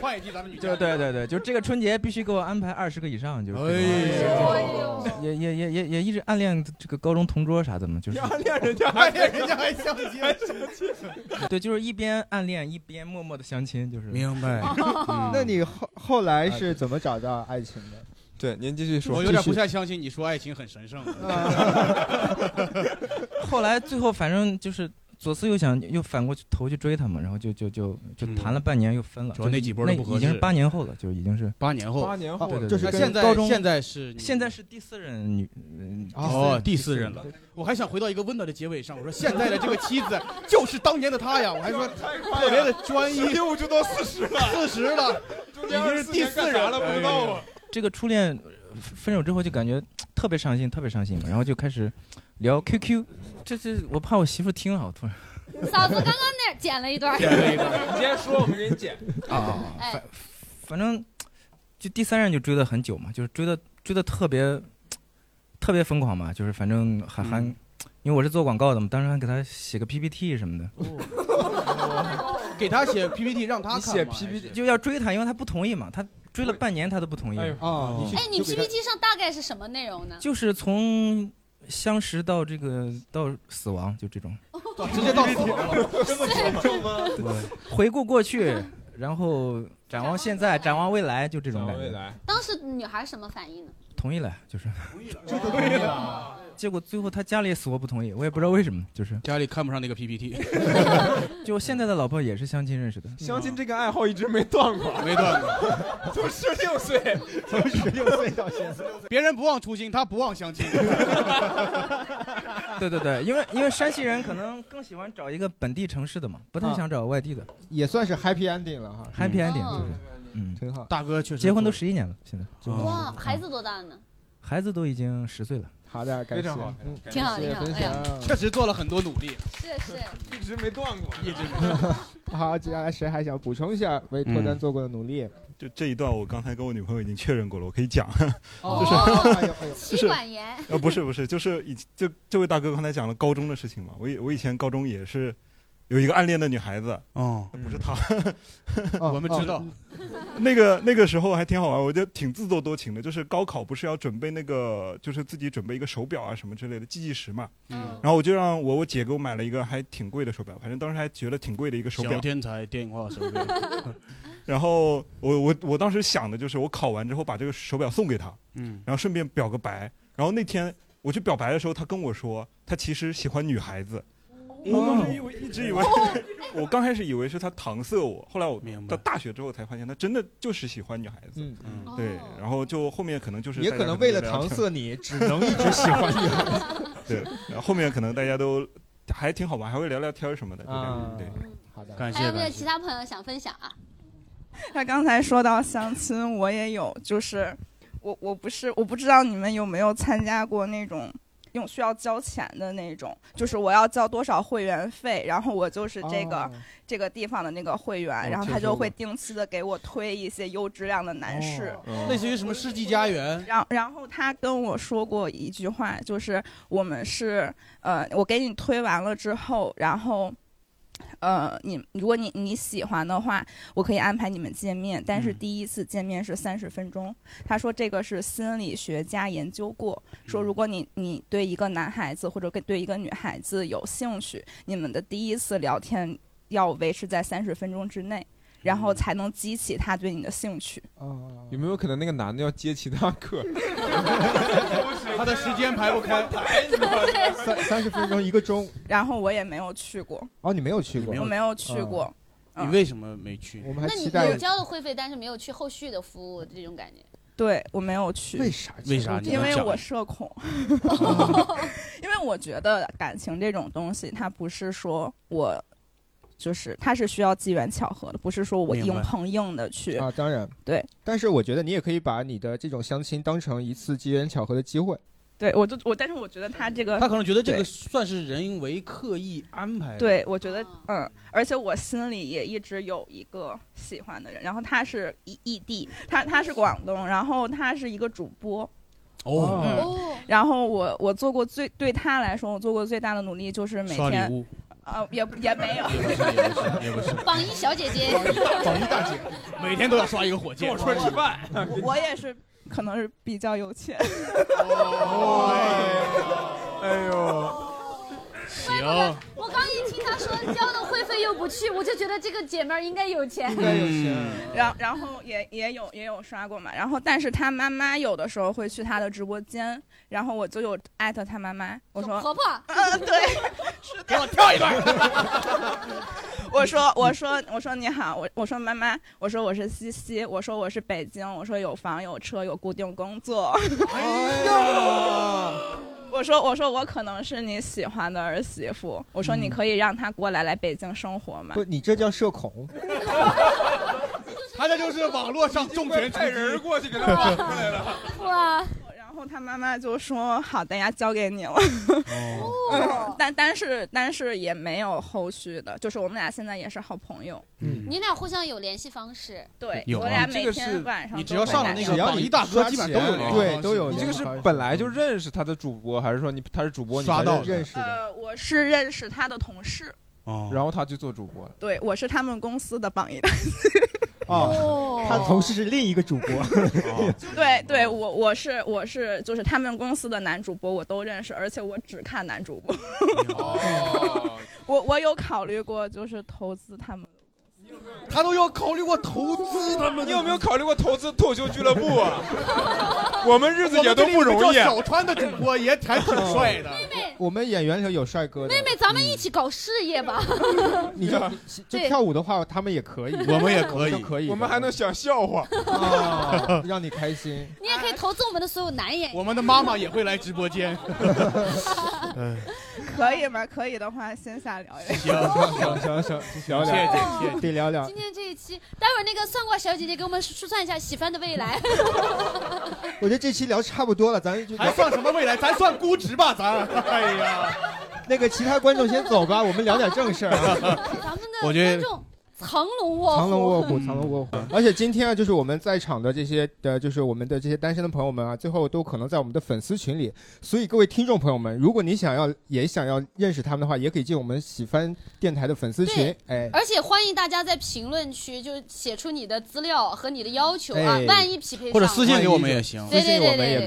[SPEAKER 4] 换一季咱们女
[SPEAKER 19] 就
[SPEAKER 4] 嘉宾。
[SPEAKER 19] 对对对，就这个春节必须给我安排二十个以上，就是这种
[SPEAKER 4] 哎呦，
[SPEAKER 19] 也也也也也一直暗恋这个高中同桌啥的嘛，就是
[SPEAKER 4] 暗恋人家，暗哎恋人家还相亲，还相亲。
[SPEAKER 19] 对，就是一边暗恋一边默默的相亲，就是
[SPEAKER 4] 明
[SPEAKER 3] 哎
[SPEAKER 4] 白
[SPEAKER 3] 嗯
[SPEAKER 2] 那你后后来是怎么找到爱情的？
[SPEAKER 3] 对，您继续啊说
[SPEAKER 4] 我有点不太相 信你说爱情很神圣。
[SPEAKER 19] 后来最后反正就是左思右想，又反过去头去追他们，然后就就就就谈了半年，又分了。
[SPEAKER 4] 嗯主要那几波都不合
[SPEAKER 19] 已经是
[SPEAKER 4] 适
[SPEAKER 19] 八年后了，就已经是
[SPEAKER 4] 八年后八年后
[SPEAKER 19] 对对对，
[SPEAKER 4] 就是
[SPEAKER 19] 对
[SPEAKER 4] 跟现在
[SPEAKER 19] 高中
[SPEAKER 4] 现在是
[SPEAKER 19] 现在是第四任女
[SPEAKER 4] 哦，第四任了。我还想回到一个温暖的结尾上，我说现在的这个妻子就是当年的他呀，我还说特别的专一，
[SPEAKER 3] 六就到四十了，
[SPEAKER 4] 四十了，已经是第四人
[SPEAKER 3] 了，不知道啊。
[SPEAKER 19] 这个初恋呃分手之后就感觉特别伤心，特别伤心嘛，然后就开始聊 QQ，这这我怕我媳妇听啊，我突然
[SPEAKER 11] 嫂子刚刚那儿剪了一段，
[SPEAKER 3] 你直接说，我们给你剪。
[SPEAKER 19] 啊，
[SPEAKER 11] 哎，
[SPEAKER 19] 反正就第三任就追了很久嘛，就是追的追的特别特别疯狂嘛，就是反正还还、
[SPEAKER 4] 嗯
[SPEAKER 19] 因为我是做广告的嘛，当时还给他写个 PPT 什么的，
[SPEAKER 4] 哦 给他写 PPT 让他看嘛，
[SPEAKER 19] 就要追他，因为他不同意嘛，他追了半年他都不同意。
[SPEAKER 4] 哎呦啊你去
[SPEAKER 11] 哎，你 PPT 上大概是什么内容呢？
[SPEAKER 19] 就是从相识到这个到死亡，就这种。
[SPEAKER 4] 哦直接到死亡了，这么
[SPEAKER 11] 严
[SPEAKER 4] 重吗？
[SPEAKER 19] 回顾过 去，然后展望现在，展望未来，就这种感觉。未来
[SPEAKER 11] 当时女孩什么反应呢？
[SPEAKER 19] 同意了，就是。
[SPEAKER 4] 对呀，
[SPEAKER 19] 结果最后他家里死活不同意，我也不知道为什么，就是
[SPEAKER 4] 家里看不上那个 PPT。
[SPEAKER 19] 就现在的老婆也是相亲认识的，
[SPEAKER 3] 相亲这个爱好一直没断过，
[SPEAKER 4] 没断过，
[SPEAKER 3] 从十六岁，
[SPEAKER 4] 从十六岁到现在，别人不忘初心，他不忘相亲。
[SPEAKER 19] 对对对，因为因为山西人可能更喜欢找一个本地城市的嘛，不太想找外地的。
[SPEAKER 2] 也算是 happy ending 了哈
[SPEAKER 19] Happy ending
[SPEAKER 11] 哦
[SPEAKER 19] 就是，嗯，
[SPEAKER 2] 挺好。
[SPEAKER 4] 大哥确实哦
[SPEAKER 19] 结婚都十一年了，现在
[SPEAKER 11] 哇，孩子多大
[SPEAKER 3] 嗯
[SPEAKER 11] 呢？
[SPEAKER 19] 孩子都已经十岁了。
[SPEAKER 2] 好的，
[SPEAKER 4] 哎感谢非常好
[SPEAKER 2] 嗯
[SPEAKER 11] 挺好挺好哎呀
[SPEAKER 4] 确实做了很多努力，
[SPEAKER 11] 是是，
[SPEAKER 3] 一直没断过，
[SPEAKER 4] 一直
[SPEAKER 2] 好，接下来谁还想补充一下为脱
[SPEAKER 4] 嗯
[SPEAKER 2] 单做过的努力？
[SPEAKER 21] 就这一段，我刚才跟我女朋友已经确认过了，我可以讲，
[SPEAKER 11] 哦
[SPEAKER 21] 就是、
[SPEAKER 11] 哎呦哎呦
[SPEAKER 21] 就
[SPEAKER 11] 妻
[SPEAKER 21] 是
[SPEAKER 11] 管严
[SPEAKER 21] 呃不是不是，就是以就这位大哥刚才讲了高中的事情嘛，我以我以前高中也是有一个暗恋的女孩子，呃
[SPEAKER 4] 哦，
[SPEAKER 21] 不是她，
[SPEAKER 2] 哦
[SPEAKER 21] 哦
[SPEAKER 4] 我们知道，
[SPEAKER 21] 那个那个时候还挺好玩，我觉得挺自作多情的。就是高考不是要准备那个，就是自己准备一个手表啊什么之类的计计时嘛。
[SPEAKER 4] 嗯
[SPEAKER 21] 然后我就让我我姐给我买了一个还挺贵的手表，反正当时还觉得挺贵的一个手表
[SPEAKER 4] 小。天才电话手表，
[SPEAKER 21] 然后我我我当时想的就是，我考完之后把这个手表送给她，
[SPEAKER 4] 嗯，
[SPEAKER 21] 然后顺便表个白。然后那天我去表白的时候，她跟我说，她其实喜欢女孩子。
[SPEAKER 4] 嗯
[SPEAKER 21] 我当时以为哦一直以
[SPEAKER 11] 哦
[SPEAKER 21] 为，
[SPEAKER 4] 哦
[SPEAKER 21] 我刚开始以为是她搪塞我，后来我到大学之后才发现，她真的就是喜欢女孩子。
[SPEAKER 2] 嗯
[SPEAKER 21] 嗯，对。
[SPEAKER 11] 哦
[SPEAKER 21] 然后就后面可能就是
[SPEAKER 2] 也
[SPEAKER 21] 大
[SPEAKER 2] 可
[SPEAKER 21] 家
[SPEAKER 2] 能为了
[SPEAKER 21] 聊天
[SPEAKER 2] 搪塞你，只能一直喜欢你。
[SPEAKER 21] 对，然后后面可能大家都还挺好玩，还会聊聊天儿什么的，就这样。
[SPEAKER 2] 啊
[SPEAKER 21] 对，
[SPEAKER 2] 好的
[SPEAKER 21] 感
[SPEAKER 11] 还有没有其他朋友想分享啊？
[SPEAKER 9] 他刚才说到相亲，我也有，就是我我不是我不知道你们有没有参加过那种用需要交钱的那种，就是我要交多少会员费，然后我就是这个、
[SPEAKER 10] 哦
[SPEAKER 9] 这个地方的那个会员，
[SPEAKER 4] 哦
[SPEAKER 9] 然后他
[SPEAKER 4] 听说
[SPEAKER 9] 就会
[SPEAKER 4] 过
[SPEAKER 9] 定期的给我推一些优质量的男士。
[SPEAKER 4] 哦类似于什么世纪佳缘，
[SPEAKER 9] 然然后他跟我说过一句话，就是我们是呃，我给你推完了之后，然后呃，你如果你你喜欢的话，我可以安排你们见面，但是第一次见面是三十分钟。他说这个是心理学家研究过，说如果你你对一个男孩子或者跟对一个女孩子有兴趣，你们的第一次聊天要维持在三十分钟之内，然后才能激起他对你的兴趣。
[SPEAKER 4] 哦
[SPEAKER 3] 有没有可能那个男的要接其他课？
[SPEAKER 4] 他的时间排不 开，
[SPEAKER 2] 三三十分钟一个钟，
[SPEAKER 9] 然后我也没有去过，
[SPEAKER 2] 哦，你没有去过，
[SPEAKER 9] 我没有去过。嗯
[SPEAKER 2] 啊。
[SPEAKER 4] 你为什么没去？
[SPEAKER 2] 我们
[SPEAKER 11] 那
[SPEAKER 2] 还
[SPEAKER 11] 你
[SPEAKER 2] 期待
[SPEAKER 11] 有交了会费，但是没有去后续的服务，这种感觉。
[SPEAKER 9] 对我没有去，
[SPEAKER 2] 为啥
[SPEAKER 4] 为啥你
[SPEAKER 9] 因
[SPEAKER 4] 能
[SPEAKER 9] 为
[SPEAKER 4] 讲
[SPEAKER 9] 我 社恐，因为我觉得感情这种东西，它不是说我，就是它是需要机缘巧合的，不是说我
[SPEAKER 2] 明白
[SPEAKER 9] 硬碰硬的去。
[SPEAKER 2] 啊，当然
[SPEAKER 9] 对。
[SPEAKER 2] 但是我觉得你也可以把你的这种相亲当成一次机缘巧合的机会。
[SPEAKER 9] 对我就我，但是我觉得他这个，
[SPEAKER 4] 他可能觉得这个
[SPEAKER 9] 对
[SPEAKER 4] 算是人为刻意安排的。
[SPEAKER 9] 对，我
[SPEAKER 5] 哦
[SPEAKER 9] 觉得，嗯，而且我心里也一直有一个喜欢的人，然后他是异异地，他他是广东，然后他是一个主播，
[SPEAKER 4] 哦，
[SPEAKER 9] 嗯，然后我我做过最对他来说，我做过最大的努力就是每
[SPEAKER 4] 刷礼
[SPEAKER 9] 天，
[SPEAKER 4] 物，
[SPEAKER 9] 呃，也也没 有，
[SPEAKER 4] 也 不是，
[SPEAKER 11] 榜一小姐姐，
[SPEAKER 4] 榜一大姐，每天都要刷一个火箭。
[SPEAKER 9] 跟我出来吃饭我也是，可能是 比较有钱。
[SPEAKER 3] 哎呦，
[SPEAKER 5] 行，我刚一听她说交了会费又不去，我就觉得这个姐妹儿应该有
[SPEAKER 4] 嗯
[SPEAKER 5] 钱，
[SPEAKER 9] 应该有钱然然后也也有也有刷过嘛，然后但是他妈妈有的时候会去他的直播间，然后我就有艾特他妈妈，我 说
[SPEAKER 5] 婆婆，
[SPEAKER 9] 嗯，对，
[SPEAKER 4] 给我跳一段。
[SPEAKER 9] 我说我说我说你好，我我说妈妈，我说我是西西，我说我是北京，我说有房有车有固定工作， 我说我说我可能是你喜欢的儿媳妇，我说你
[SPEAKER 2] 嗯
[SPEAKER 9] 可以让她过来来北京生活吗？
[SPEAKER 2] 不，你这叫社恐。
[SPEAKER 9] 哦
[SPEAKER 4] 他这就是网络上重拳出击，人
[SPEAKER 3] 过去给
[SPEAKER 9] 他绑出来
[SPEAKER 4] 了。
[SPEAKER 9] 哇！然后他妈妈就说：“好的呀，交给你了。
[SPEAKER 4] 哦
[SPEAKER 9] 嗯但但是但是也没有后续的，就是我们俩现在也是好朋友。
[SPEAKER 4] 嗯
[SPEAKER 11] 你俩互相有联系方式？
[SPEAKER 9] 对
[SPEAKER 3] 有啊
[SPEAKER 9] 我俩
[SPEAKER 3] 这
[SPEAKER 9] 每
[SPEAKER 3] 个是
[SPEAKER 9] 天晚上
[SPEAKER 4] 你
[SPEAKER 9] 都
[SPEAKER 4] 只要
[SPEAKER 9] 会
[SPEAKER 4] 上
[SPEAKER 9] 打
[SPEAKER 4] 了那
[SPEAKER 9] 电
[SPEAKER 4] 个
[SPEAKER 9] 话
[SPEAKER 4] 榜一大哥基本上都有联系方式
[SPEAKER 3] 你这个是本来就认识他的主播，还是说你他是主播你
[SPEAKER 4] 刷
[SPEAKER 3] 才
[SPEAKER 4] 到
[SPEAKER 3] 认识的？
[SPEAKER 9] 呃，我是认识他的同事，
[SPEAKER 3] 然后他去做主播了。
[SPEAKER 9] 对我是他们公司的榜一大
[SPEAKER 3] 嗯
[SPEAKER 2] 哦，他的同事是另一个主播。
[SPEAKER 4] 哦
[SPEAKER 9] 哥。对对，我我是我是就是他们公司的男主播我都认识，而且我只看男主播。 我我有考虑过就是投资他们。
[SPEAKER 4] 他都要考虑过投资他们。
[SPEAKER 3] 你有没有考虑过投资脱口秀俱乐部 啊？我们日子也都不容易。
[SPEAKER 4] 我们
[SPEAKER 11] 啊
[SPEAKER 4] 这里有个叫小川的主播也还挺帅的。
[SPEAKER 5] 妹妹
[SPEAKER 2] 我们演员里头有帅哥的
[SPEAKER 5] 妹，妹，咱们一起搞事 业吧。
[SPEAKER 2] 你就就
[SPEAKER 5] 对
[SPEAKER 2] 跳舞的话，他们也可以，
[SPEAKER 4] 我们也可以
[SPEAKER 2] 我们都可以的，
[SPEAKER 4] 我
[SPEAKER 3] 们还能想笑话，
[SPEAKER 2] 啊，让你开心。
[SPEAKER 5] 你也可以投资我们的所有男演员。
[SPEAKER 4] 我们的妈妈也会来直播间。
[SPEAKER 9] 可以吗？可以的话，线下聊一聊。
[SPEAKER 2] 行行行行，聊
[SPEAKER 4] 谢
[SPEAKER 2] 聊，
[SPEAKER 4] 谢谢谢
[SPEAKER 2] 得聊聊
[SPEAKER 5] 今。天这一期，待会儿那个算卦小姐姐给我们梳算一下喜番的 未来。
[SPEAKER 2] 我觉得这期聊差不多了，咱就
[SPEAKER 4] 还算什么未来？咱算估值吧，咱。哎呀，
[SPEAKER 2] 那个其他观众先走吧，我们聊点正事儿啊。
[SPEAKER 5] 咱们的
[SPEAKER 2] 我觉
[SPEAKER 5] 观
[SPEAKER 2] 得
[SPEAKER 5] 众藏龙卧虎，
[SPEAKER 2] 藏龙卧虎，藏龙卧虎。而且今天啊，就是我们在场的这些呃，就是我们的这些单身的朋友们啊，最后都可能在我们的粉丝群里。所以各位听众朋友们，如果你想要也想要认识他们的话，也可以进我们喜番电台的粉丝群
[SPEAKER 5] 对。
[SPEAKER 2] 哎，
[SPEAKER 5] 而且欢迎大家在评论区就写出你的资料和你的要求啊
[SPEAKER 2] 哎，
[SPEAKER 5] 万一匹配上
[SPEAKER 2] 私
[SPEAKER 5] 对对
[SPEAKER 2] 信
[SPEAKER 5] 对
[SPEAKER 2] 我们也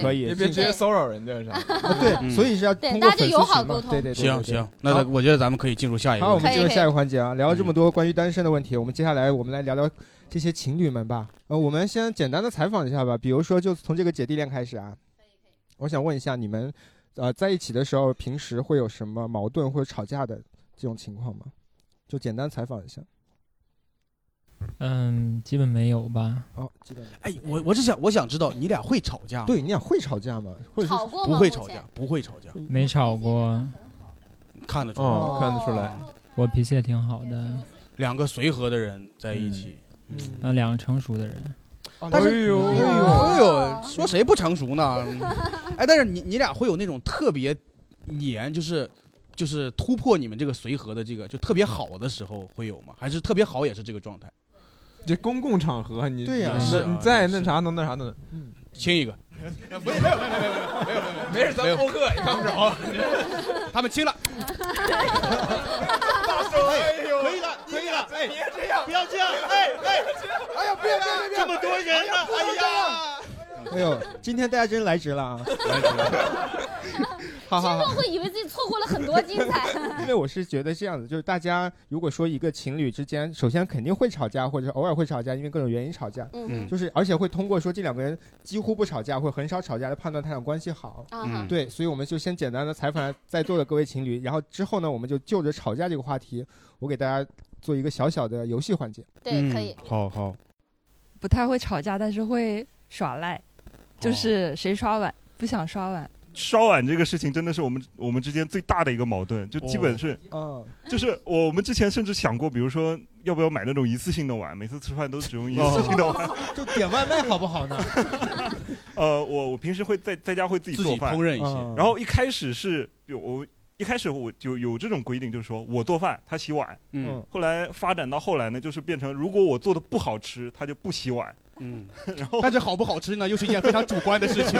[SPEAKER 2] 可以，
[SPEAKER 3] 也别直接骚扰人家啥。
[SPEAKER 2] 对，所以是要通
[SPEAKER 5] 嗯对
[SPEAKER 2] 过
[SPEAKER 5] 大家
[SPEAKER 2] 粉
[SPEAKER 5] 就
[SPEAKER 2] 丝
[SPEAKER 5] 友好
[SPEAKER 2] 群嘛
[SPEAKER 5] 沟通
[SPEAKER 2] 对对对，
[SPEAKER 4] 行
[SPEAKER 2] 对
[SPEAKER 4] 行，那我觉得咱哎们可以进入下一个。
[SPEAKER 2] 好，我们进入下一个
[SPEAKER 4] 环。
[SPEAKER 2] 环节啊，聊了这么多关于单身的问题，我们接下来我们来聊聊这些情侣们吧。呃，我们先简单的采访一下吧，比如说就从这个姐弟恋开始啊。我想问一下你们，呃，在一起的时候，平时会有什么矛盾或者吵架的这种情况吗？就简单采访一下。
[SPEAKER 7] 嗯，基本没有吧。
[SPEAKER 2] 哦，基本
[SPEAKER 4] 哎，我我只想我想知道你俩会吵架吗？
[SPEAKER 2] 对，你俩会吵架吗？或者是
[SPEAKER 4] 吵过吗不会吵架目前不会吵架
[SPEAKER 7] 没吵过，
[SPEAKER 4] 看得出
[SPEAKER 7] 哦
[SPEAKER 4] 来，
[SPEAKER 7] 看得出来。我脾气也挺好的，
[SPEAKER 4] 两个随和的人在一起。嗯
[SPEAKER 7] 呃，两个成熟的人。
[SPEAKER 4] 但是
[SPEAKER 7] 哎呦
[SPEAKER 4] 哎呦哎呦，说谁不成熟呢？ 哎，但是你你俩会有那种特别黏，就是就是突破你们这个随和的这个就特别好的时候会有吗？还是特别好也是这个状态？
[SPEAKER 3] 这公共场合你
[SPEAKER 4] 对呀
[SPEAKER 3] 你
[SPEAKER 4] 是啊嗯
[SPEAKER 3] 你再那啥能那啥能，
[SPEAKER 4] 亲 一个。
[SPEAKER 3] 没有没有没有没有没有没事，咱欧克也看不着。
[SPEAKER 4] 他们亲了。
[SPEAKER 10] 哎呦，
[SPEAKER 4] 可以了，
[SPEAKER 10] 可以了，哎，别这样，不要这样，哎哎，哎呀，不要这样，这么多人啊，哎呀，
[SPEAKER 2] 哎呦，今天大家真来值了啊！好好好
[SPEAKER 5] 观众。会以为自己错过了很多精 彩。
[SPEAKER 2] 因为我是觉得这样子，就是大家如果说一个情侣之间，首先肯定会吵架，或者是偶尔会吵架，因为各种原因吵架。
[SPEAKER 5] 嗯
[SPEAKER 2] 就是而且会通过说这两个人几乎不吵架或者很少吵架来判断他俩关系好。
[SPEAKER 5] 啊哈
[SPEAKER 2] 对，所以我们就先简单的采访在座的各位情侣，然后之后呢，我们就就着吵架这个话题，我给大家做一个小小的游戏环节。
[SPEAKER 22] 对可以
[SPEAKER 2] 嗯好好。
[SPEAKER 22] 不太会吵架，但是会耍赖，就是谁刷碗不想刷碗，
[SPEAKER 21] 刷碗这个事情真的是我们我们之间最大的一个矛盾，就基本是，
[SPEAKER 2] 哦
[SPEAKER 11] 嗯
[SPEAKER 21] 就是我们之前甚至想过，比如说要不要买那种一次性的碗，每次吃饭都只用一次性的
[SPEAKER 11] 哦
[SPEAKER 21] 碗。
[SPEAKER 2] 就点外卖好不好呢？
[SPEAKER 21] 呃，我我平时会在在家会自己
[SPEAKER 4] 自己
[SPEAKER 21] 做饭，
[SPEAKER 4] 烹饪一些嗯
[SPEAKER 21] 然后一开始是有我一开始我就有这种规定，就是说我做饭，他洗碗。
[SPEAKER 4] 嗯
[SPEAKER 21] 后来发展到后来呢，就是变成如果我做的不好吃，他就不洗碗。
[SPEAKER 4] 嗯，
[SPEAKER 21] 然后
[SPEAKER 4] 但是好不好吃呢，又是一件非常主观的事 情。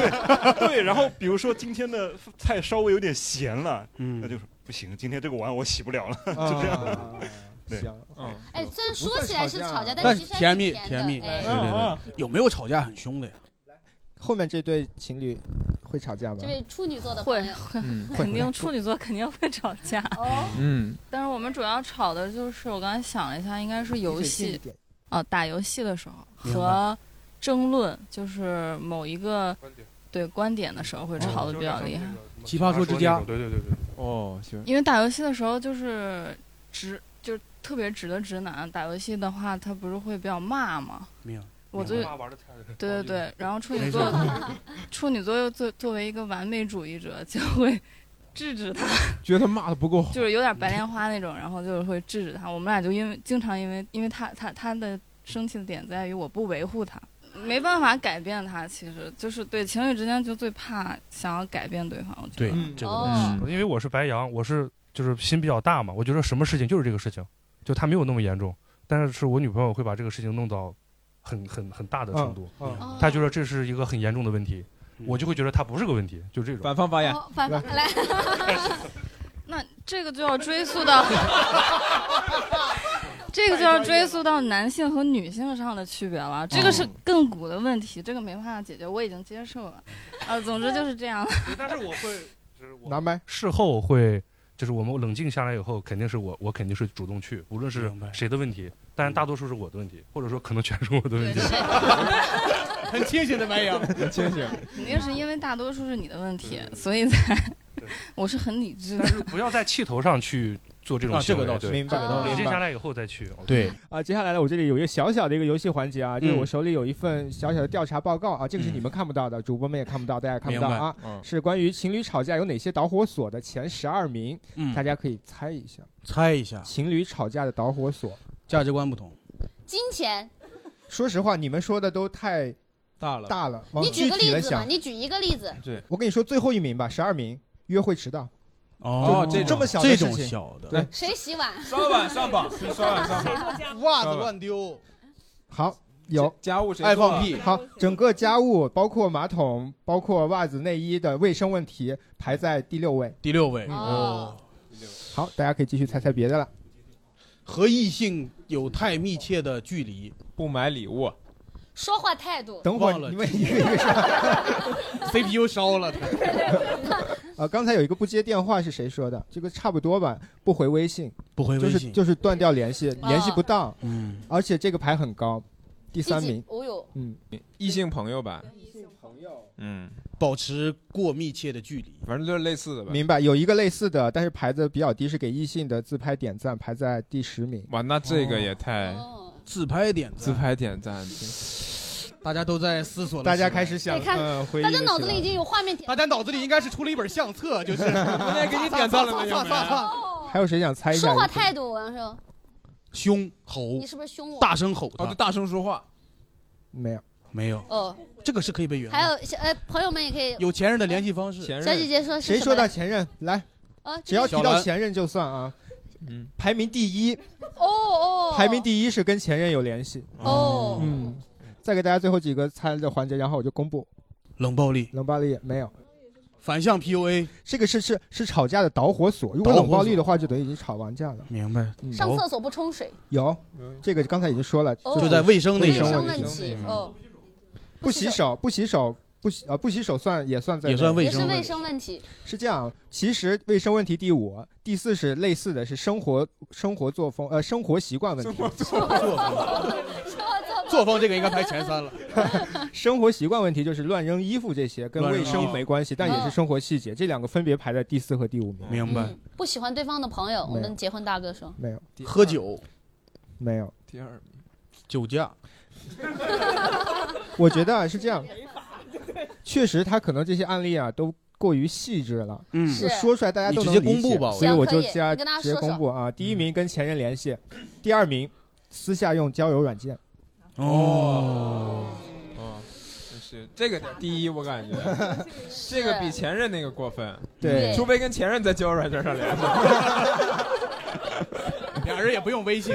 [SPEAKER 21] 对，然后比如说今天的菜稍微有点咸了，
[SPEAKER 4] 嗯
[SPEAKER 21] 那就说不行，今天这个碗我洗不了了， 就这样。对，
[SPEAKER 2] 嗯，
[SPEAKER 5] 哎，虽然说起来是吵架，
[SPEAKER 4] 但
[SPEAKER 5] 是
[SPEAKER 4] 是
[SPEAKER 5] 其实还
[SPEAKER 4] 甜
[SPEAKER 5] 挺
[SPEAKER 4] 蜜
[SPEAKER 5] 甜的
[SPEAKER 4] 甜蜜，
[SPEAKER 5] 哎
[SPEAKER 4] 对对对，有没有吵架很凶的呀？
[SPEAKER 2] 后面这对情侣会吵架吗
[SPEAKER 5] 这？位处女座的
[SPEAKER 14] 会
[SPEAKER 5] 朋友
[SPEAKER 14] 会
[SPEAKER 2] 嗯会
[SPEAKER 14] 肯定
[SPEAKER 2] 会
[SPEAKER 14] 处女座肯定会吵架。哦
[SPEAKER 2] 嗯，
[SPEAKER 14] 但是我们主要吵的就是，我刚才想了一下，应该是游
[SPEAKER 8] 离水近
[SPEAKER 14] 戏
[SPEAKER 8] 一点，
[SPEAKER 14] 哦、打游戏的时候
[SPEAKER 8] 明白
[SPEAKER 14] 和争论，就是某一个对观点的时候会吵的比较厉害。
[SPEAKER 4] 奇葩说之家，
[SPEAKER 14] 嗯
[SPEAKER 17] 对对对对，
[SPEAKER 3] 哦，行
[SPEAKER 14] 因为打游戏的时候就是直，就是特别直的直男，打游戏的话他不是会比较骂吗？
[SPEAKER 4] 没有
[SPEAKER 14] 我
[SPEAKER 4] 明
[SPEAKER 14] 最
[SPEAKER 4] 白
[SPEAKER 14] 对对对，然后处女
[SPEAKER 4] 没事
[SPEAKER 14] 座， 处女座又作作为一个完美主义者，就会制止他，
[SPEAKER 3] 觉得他骂的不够好，
[SPEAKER 14] 就是有点白莲花那种，然后就是会制止他。我们俩就因为经常因为因为他他他的生气的点在于我不维护他，没办法改变他。其实就是对情侣之间就最怕想要改变对方，我觉
[SPEAKER 17] 对
[SPEAKER 14] 得，
[SPEAKER 17] 这个
[SPEAKER 14] 哦
[SPEAKER 17] 东嗯西，因为我是白羊，我是就是心比较大嘛，我觉得什么事情就是这个事情，就他没有那么严重，但是是我女朋友会把这个事情弄到很很很大的程度
[SPEAKER 2] 嗯
[SPEAKER 14] 哦
[SPEAKER 2] 嗯，
[SPEAKER 17] 她觉得这是一个很严重的问题，我就会觉得它不是个问题，就这种。
[SPEAKER 3] 反方发言
[SPEAKER 14] 哦反方来， 那这个就要追溯到，这个就要追溯到男性和女性上的区别了。这个是
[SPEAKER 3] 嗯
[SPEAKER 14] 亘古的问题，这个没办法解决，我已经接受了。啊，总之就是这样。
[SPEAKER 17] 但是我会，
[SPEAKER 2] 拿麦。
[SPEAKER 17] 事后会，就是我们冷静下来以后，肯定是我，我肯定是主动去，无论是谁的问题，但大多数是我的问题，或者说可能全是我 的问题。
[SPEAKER 4] 很清醒的白羊，很
[SPEAKER 3] 清醒。
[SPEAKER 14] 肯定是因为大多数是你的问题，所以才， 我是很理智的。
[SPEAKER 17] 不要在气头上去做这种
[SPEAKER 2] 啊这
[SPEAKER 17] 行
[SPEAKER 2] 个
[SPEAKER 17] 为，
[SPEAKER 2] 倒是
[SPEAKER 17] 对
[SPEAKER 2] 明白这个倒是
[SPEAKER 17] 冷静
[SPEAKER 2] 明白
[SPEAKER 17] 下来以后再去。
[SPEAKER 4] 对
[SPEAKER 2] 啊，接下来呢，我这里有一个小小的一个游戏环节啊，就是
[SPEAKER 4] 嗯
[SPEAKER 2] 我手里有一份小小的调查报告啊，这个是你们看不到的，主播们也看不到，大家也看不到啊
[SPEAKER 4] 明白，嗯
[SPEAKER 2] 是关于情侣吵架有哪些导火索的前十二名，
[SPEAKER 4] 嗯
[SPEAKER 2] 大家可以猜一下，
[SPEAKER 4] 猜一下
[SPEAKER 2] 情侣吵架的导火索，
[SPEAKER 4] 价值观不同。
[SPEAKER 5] 金钱，
[SPEAKER 2] 说实话，你们说的都太
[SPEAKER 4] 大
[SPEAKER 2] 了，大了，往
[SPEAKER 5] 你举
[SPEAKER 2] 具
[SPEAKER 5] 个
[SPEAKER 2] 体
[SPEAKER 5] 例
[SPEAKER 2] 的
[SPEAKER 5] 子嘛，
[SPEAKER 2] 想，
[SPEAKER 5] 你举一个例子，
[SPEAKER 2] 对我跟你说最后一名吧，十二名，约会迟到。
[SPEAKER 4] 哦
[SPEAKER 2] 就
[SPEAKER 4] 这
[SPEAKER 2] 就
[SPEAKER 4] 种
[SPEAKER 2] 这么小的
[SPEAKER 4] 这
[SPEAKER 2] 事
[SPEAKER 4] 种
[SPEAKER 2] 情
[SPEAKER 4] 小的
[SPEAKER 2] 对
[SPEAKER 5] 谁洗碗？
[SPEAKER 3] 刷 碗上榜刷碗上榜
[SPEAKER 4] 袜子乱丢，
[SPEAKER 2] 好，有
[SPEAKER 3] 家务谁
[SPEAKER 2] 爱
[SPEAKER 3] 做啊
[SPEAKER 2] 放屁。好，整个家务包括马桶、包括袜子、内衣的卫生问题排在第六位。
[SPEAKER 4] 第六位
[SPEAKER 2] 嗯
[SPEAKER 4] 哦，
[SPEAKER 2] 好，大家可以继续猜猜别的了。
[SPEAKER 4] 和异性有太密切的距离，
[SPEAKER 3] 不买礼物，
[SPEAKER 5] 说话态度。
[SPEAKER 2] 等会儿
[SPEAKER 4] 忘了
[SPEAKER 2] 你们一个一个
[SPEAKER 4] 说，CPU 烧了，
[SPEAKER 2] 呃，刚才有一个不接电话是谁说的？这个差不多吧，不回微信，
[SPEAKER 4] 不回微
[SPEAKER 2] 就是
[SPEAKER 4] 信
[SPEAKER 2] 就是断掉联系，
[SPEAKER 5] 哦
[SPEAKER 2] 联系不当。
[SPEAKER 4] 嗯，
[SPEAKER 2] 而且这个排很高，第
[SPEAKER 5] 第
[SPEAKER 2] 三
[SPEAKER 5] 几
[SPEAKER 2] 名。
[SPEAKER 5] 哦呦，
[SPEAKER 2] 嗯，
[SPEAKER 3] 异性朋友吧，
[SPEAKER 4] 嗯，保持过密切的距离，
[SPEAKER 3] 反正就是类似的吧。
[SPEAKER 2] 明白，有一个类似的，但是排的比较低，是给异性的自拍点赞，排在第十名。
[SPEAKER 3] 哇，那这个也太
[SPEAKER 4] 自拍点赞，
[SPEAKER 3] 自拍点赞，
[SPEAKER 4] 大家都在思索了起来，
[SPEAKER 2] 大家开始想
[SPEAKER 5] 你看，大家脑子里已经有画面点，
[SPEAKER 4] 大家脑子里应该是出了一本相册，就是我
[SPEAKER 3] 也给你点赞了没有
[SPEAKER 2] 还有谁想猜一下？
[SPEAKER 5] 说话态度，王生，
[SPEAKER 4] 凶吼
[SPEAKER 5] 你，是不是凶我？
[SPEAKER 4] 大声吼
[SPEAKER 5] 哦
[SPEAKER 4] 他，
[SPEAKER 5] 对
[SPEAKER 4] 大声说话，
[SPEAKER 2] 没有，
[SPEAKER 4] 没有，
[SPEAKER 5] 哦，
[SPEAKER 4] 这个是可以被原谅
[SPEAKER 5] 还有小呃，朋友们也可以。
[SPEAKER 4] 有前任的联系方式，
[SPEAKER 3] 前
[SPEAKER 5] 小姐姐说是
[SPEAKER 2] 谁
[SPEAKER 5] 什
[SPEAKER 2] 说
[SPEAKER 5] 么
[SPEAKER 2] 到
[SPEAKER 5] 来
[SPEAKER 2] 前任？来，
[SPEAKER 5] 啊，
[SPEAKER 2] 只要
[SPEAKER 5] 这
[SPEAKER 2] 提
[SPEAKER 5] 个
[SPEAKER 2] 到前任就算啊。嗯，排名第一，
[SPEAKER 5] 哦哦，
[SPEAKER 2] 排名第一是跟前任有联系。
[SPEAKER 5] 哦
[SPEAKER 2] 嗯，再给大家最后几个猜的环节，然后我就公布。
[SPEAKER 4] 冷暴力，
[SPEAKER 2] 冷暴力没有。
[SPEAKER 4] 反向 PUA，
[SPEAKER 2] 这个是是是吵架的导火索。如果
[SPEAKER 4] 导火
[SPEAKER 2] 冷暴力的话，就等于已经吵完架了。嗯
[SPEAKER 4] 明白。
[SPEAKER 5] 上厕所不冲水，
[SPEAKER 2] 有，这个刚才已经说了，
[SPEAKER 5] 哦
[SPEAKER 2] 是
[SPEAKER 4] 就在卫生那
[SPEAKER 2] 卫
[SPEAKER 4] 一
[SPEAKER 2] 生
[SPEAKER 4] 块
[SPEAKER 2] 问
[SPEAKER 5] 问
[SPEAKER 2] 题
[SPEAKER 5] 题，哦，
[SPEAKER 2] 不洗手，不洗手，不洗呃不洗手算也算在
[SPEAKER 4] 也算
[SPEAKER 2] 内
[SPEAKER 4] 卫
[SPEAKER 5] 也是卫生问题。
[SPEAKER 2] 是这样，其实卫生问题第五，第四是类似的是生活生活作风，呃，生活习惯问题。
[SPEAKER 4] 作风这个应该排前三了。
[SPEAKER 2] 生活习惯问题就是乱扔衣服这些，跟
[SPEAKER 4] 乱扔
[SPEAKER 2] 卫生没关系，但也是生活细节。这两个分别排在第四和第五名。
[SPEAKER 4] 明白。
[SPEAKER 5] 不喜欢对方的朋友，我
[SPEAKER 2] 没有
[SPEAKER 5] 们结婚大哥说，
[SPEAKER 2] 没有
[SPEAKER 4] 喝酒，
[SPEAKER 2] 没有，
[SPEAKER 3] 第二名，
[SPEAKER 4] 酒 驾，
[SPEAKER 2] 我觉得啊是这样，确实他可能这些案例啊都过于细致了，
[SPEAKER 4] 嗯
[SPEAKER 2] 就是说出来大家都能
[SPEAKER 4] 你直接
[SPEAKER 2] 理解
[SPEAKER 4] 公布吧
[SPEAKER 2] 所以
[SPEAKER 4] 行
[SPEAKER 2] 我
[SPEAKER 4] 可
[SPEAKER 2] 就
[SPEAKER 4] 以
[SPEAKER 2] 加
[SPEAKER 4] 你跟大家
[SPEAKER 2] 直接
[SPEAKER 4] 说说
[SPEAKER 2] 公布啊，第一名跟前任联系，第二名私下用交友软件，
[SPEAKER 4] 哦，
[SPEAKER 3] 哦，是这个第一，我感觉这个比前任那个过分，嗯
[SPEAKER 2] 对
[SPEAKER 3] 除非跟前任在交友软件上联系，
[SPEAKER 4] 俩人也不用微信，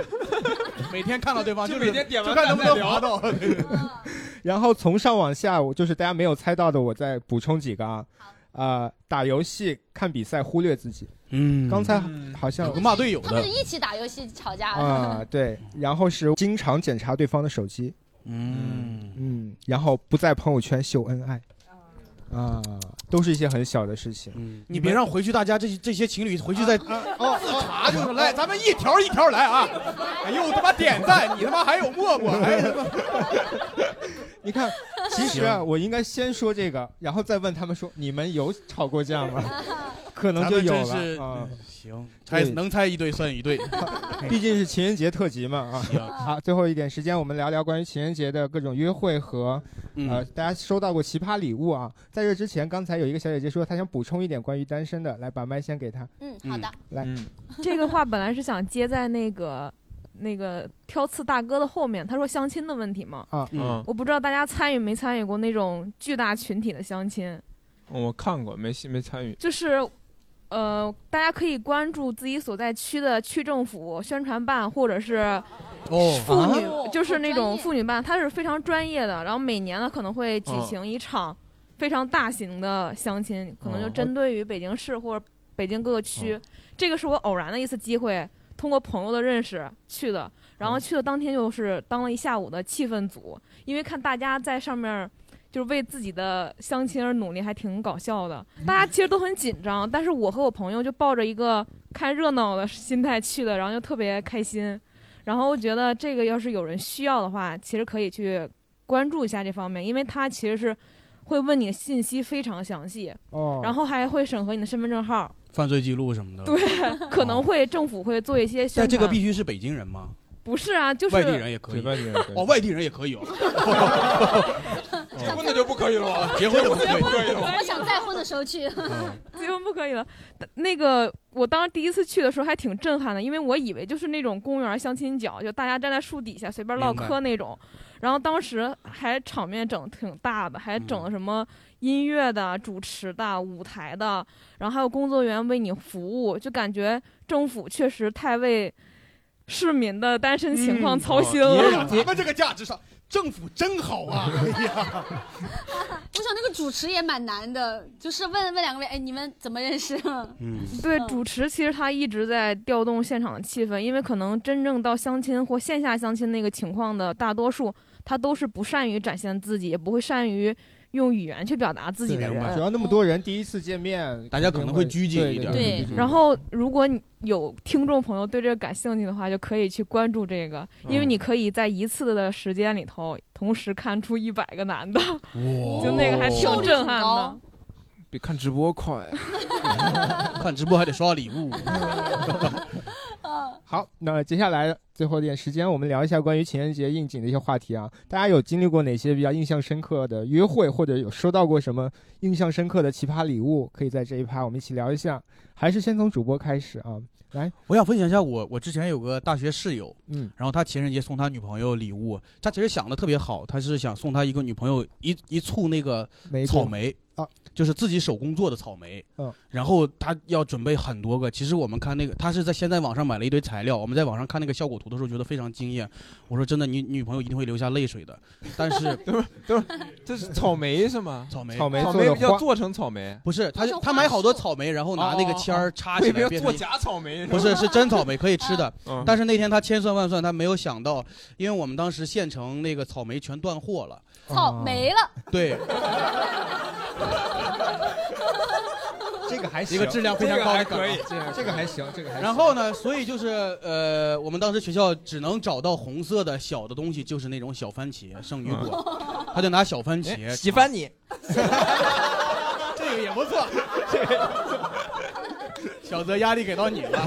[SPEAKER 4] 每天看到对方
[SPEAKER 3] 就是每天点完
[SPEAKER 4] 就看能不能
[SPEAKER 3] 再聊
[SPEAKER 4] 滑到。 对
[SPEAKER 2] 然后从上往下，我就是大家没有猜到的，我再补充几个啊。呃，打游戏、看比赛，忽略自己。
[SPEAKER 4] 嗯，
[SPEAKER 2] 刚才好像
[SPEAKER 4] 骂队友
[SPEAKER 5] 他们一起打游戏吵架
[SPEAKER 2] 啊，对。然后是经常检查对方的手机，
[SPEAKER 4] 嗯
[SPEAKER 2] 嗯，然后不在朋友圈秀恩爱。啊，都是一些很小的事情。嗯，
[SPEAKER 4] 你别让回去大家这这些情侣回去再哦自查就是来，咱们一条一条来啊！哎呦，他妈点赞，你他妈还有默默，哎他妈
[SPEAKER 2] 你看，其实啊，我应该先说这个，然后再问他们说，你们有吵过架吗？可能就有
[SPEAKER 4] 咱们真是嗯
[SPEAKER 2] 了啊。
[SPEAKER 4] 行，猜
[SPEAKER 2] 对
[SPEAKER 4] 能猜一对算一对，
[SPEAKER 2] 毕竟是情人节特辑嘛啊。好，最后一点时间，我们聊聊关于情人节的各种约会和、
[SPEAKER 4] 嗯
[SPEAKER 2] 呃，大家收到过奇葩礼物啊。在这之前，刚才有一个小姐姐说她想补充一点关于单身的，来把麦先给她。
[SPEAKER 11] 嗯好的
[SPEAKER 2] 来，
[SPEAKER 8] 这个话本来是想接在那个那个挑刺大哥的后面，他说相亲的问题嘛。
[SPEAKER 2] 啊
[SPEAKER 3] 嗯
[SPEAKER 8] 我不知道大家参与没参与过那种巨大群体的相亲，
[SPEAKER 3] 嗯我看过，没没参与。
[SPEAKER 8] 就是，呃，大家可以关注自己所在区的区政府宣传办或者是
[SPEAKER 3] 哦
[SPEAKER 8] 妇女，就是那种妇女办，它是非常专业的。然后每年呢可能会举行一场非常大型的相亲，可能就
[SPEAKER 6] 哦
[SPEAKER 8] 针对于北京市或者北京各个区。这个是我偶然的一次机会，通过朋友的认识去的。然后去的当天就是当了一下午的气氛组，因为看大家在上面儿就是为自己的相亲而努力，还挺搞笑的。大家其实都很紧张，但是我和我朋友就抱着一个看热闹的心态去的，然后就特别开心。然后我觉得这个要是有人需要的话，其实可以去关注一下这方面，因为它其实是会问你的信息非常详细，
[SPEAKER 2] 哦
[SPEAKER 8] 然后还会审核你的身份证号，
[SPEAKER 4] 犯罪记录什么的。哦
[SPEAKER 8] 对，可能会政府会做一些宣
[SPEAKER 4] 但
[SPEAKER 8] 传。
[SPEAKER 4] 这个必须是北京人吗？
[SPEAKER 8] 不是啊，就是
[SPEAKER 4] 外地人也可以，
[SPEAKER 3] 外地人也可以
[SPEAKER 4] 哦，外地人也可以 哦。结婚的就不可以了
[SPEAKER 3] 哦
[SPEAKER 4] 吧？结婚的不可以，
[SPEAKER 11] 我想再婚的时候去。
[SPEAKER 4] 嗯
[SPEAKER 8] 结婚不可以了。但那个我当时第一次去的时候还挺震撼的，因为我以为就是那种公园相亲角，就大家站在树底下随便唠嗑那种。然后当时还场面整挺大的，还
[SPEAKER 4] 嗯
[SPEAKER 8] 整了什么音乐的、主持的、舞台的，然后还有工作人员为你服务，就感觉政府确实太为市民的单身情
[SPEAKER 4] 嗯
[SPEAKER 8] 况操心了。
[SPEAKER 4] 咱们这个价值上，政府真好啊！哎呀，
[SPEAKER 5] 我想那个主持也蛮难的，就是问问两个人，哎，你们怎么认识？
[SPEAKER 4] 嗯
[SPEAKER 8] 对，主持其实他一直在调动现场的气氛，因为可能真正到相亲或线下相亲那个情况的大多数，他都是不善于展现自己，也不会善于用语言去表达自己的人。
[SPEAKER 2] 主要那么多人第一次见面，
[SPEAKER 4] 大家可能会拘谨
[SPEAKER 2] 对
[SPEAKER 4] 一点
[SPEAKER 2] 对
[SPEAKER 4] 对
[SPEAKER 2] 对
[SPEAKER 8] 然后，如果你有听众朋友对这个感兴趣的话，就可以去关注这个，因为
[SPEAKER 2] 嗯
[SPEAKER 8] 你可以在一次的时间里头，同时看出一百个男的，就那个还挺震撼的。
[SPEAKER 3] 比看直播快。
[SPEAKER 4] 看直播还得刷礼物。
[SPEAKER 2] 好，那接下来最后一点时间，我们聊一下关于情人节应景的一些话题啊。大家有经历过哪些比较印象深刻的约会，或者有收到过什么印象深刻的奇葩礼物？可以在这一趴我们一起聊一下。还是先从主播开始啊，来，
[SPEAKER 4] 我想分享一下我我之前有个大学室友，
[SPEAKER 2] 嗯，
[SPEAKER 4] 然后他情人节送他女朋友礼物，他其实想的特别好，他是想送他一个女朋友一一簇那个草莓
[SPEAKER 2] 啊，
[SPEAKER 4] 就是自己手工做的草莓，
[SPEAKER 2] 嗯，
[SPEAKER 4] 然后他要准备很多个。其实我们看那个，他是在先在网上买了一堆材料，我们在网上看那个效果图的时候觉得非常惊艳。我说真的，你你女朋友一定会流下泪水的。但 是
[SPEAKER 3] 等会儿 等会儿，这是草莓是吗？
[SPEAKER 4] 草莓
[SPEAKER 3] 草莓
[SPEAKER 4] 草莓
[SPEAKER 3] 要
[SPEAKER 4] 花
[SPEAKER 3] 做成草莓，哦
[SPEAKER 4] 不是他是他买好多草莓，然后拿那个签儿插起
[SPEAKER 3] 我以为
[SPEAKER 4] 来
[SPEAKER 3] 要
[SPEAKER 4] 变
[SPEAKER 3] 做
[SPEAKER 4] 成一
[SPEAKER 3] 假草莓，
[SPEAKER 4] 不是，是真草莓，可以吃 的。
[SPEAKER 2] 嗯
[SPEAKER 4] 但是那天他千算万算，他没有想到，因为我们当时县城那个草莓全断货 了，
[SPEAKER 2] 啊
[SPEAKER 5] 操，没 了。
[SPEAKER 4] 对，
[SPEAKER 2] 这个还
[SPEAKER 4] 一个质量非常高的
[SPEAKER 2] 这个还可以
[SPEAKER 4] 梗啊
[SPEAKER 2] 这个还行这个还行
[SPEAKER 4] 然后呢，所以就是呃，我们当时学校只能找到红色的小的东西，就是那种小番茄剩
[SPEAKER 2] 嗯
[SPEAKER 4] 余果，他就拿小番
[SPEAKER 2] 哎
[SPEAKER 4] 茄
[SPEAKER 3] 喜欢你，
[SPEAKER 4] 这个也不错，小泽压力给到你了。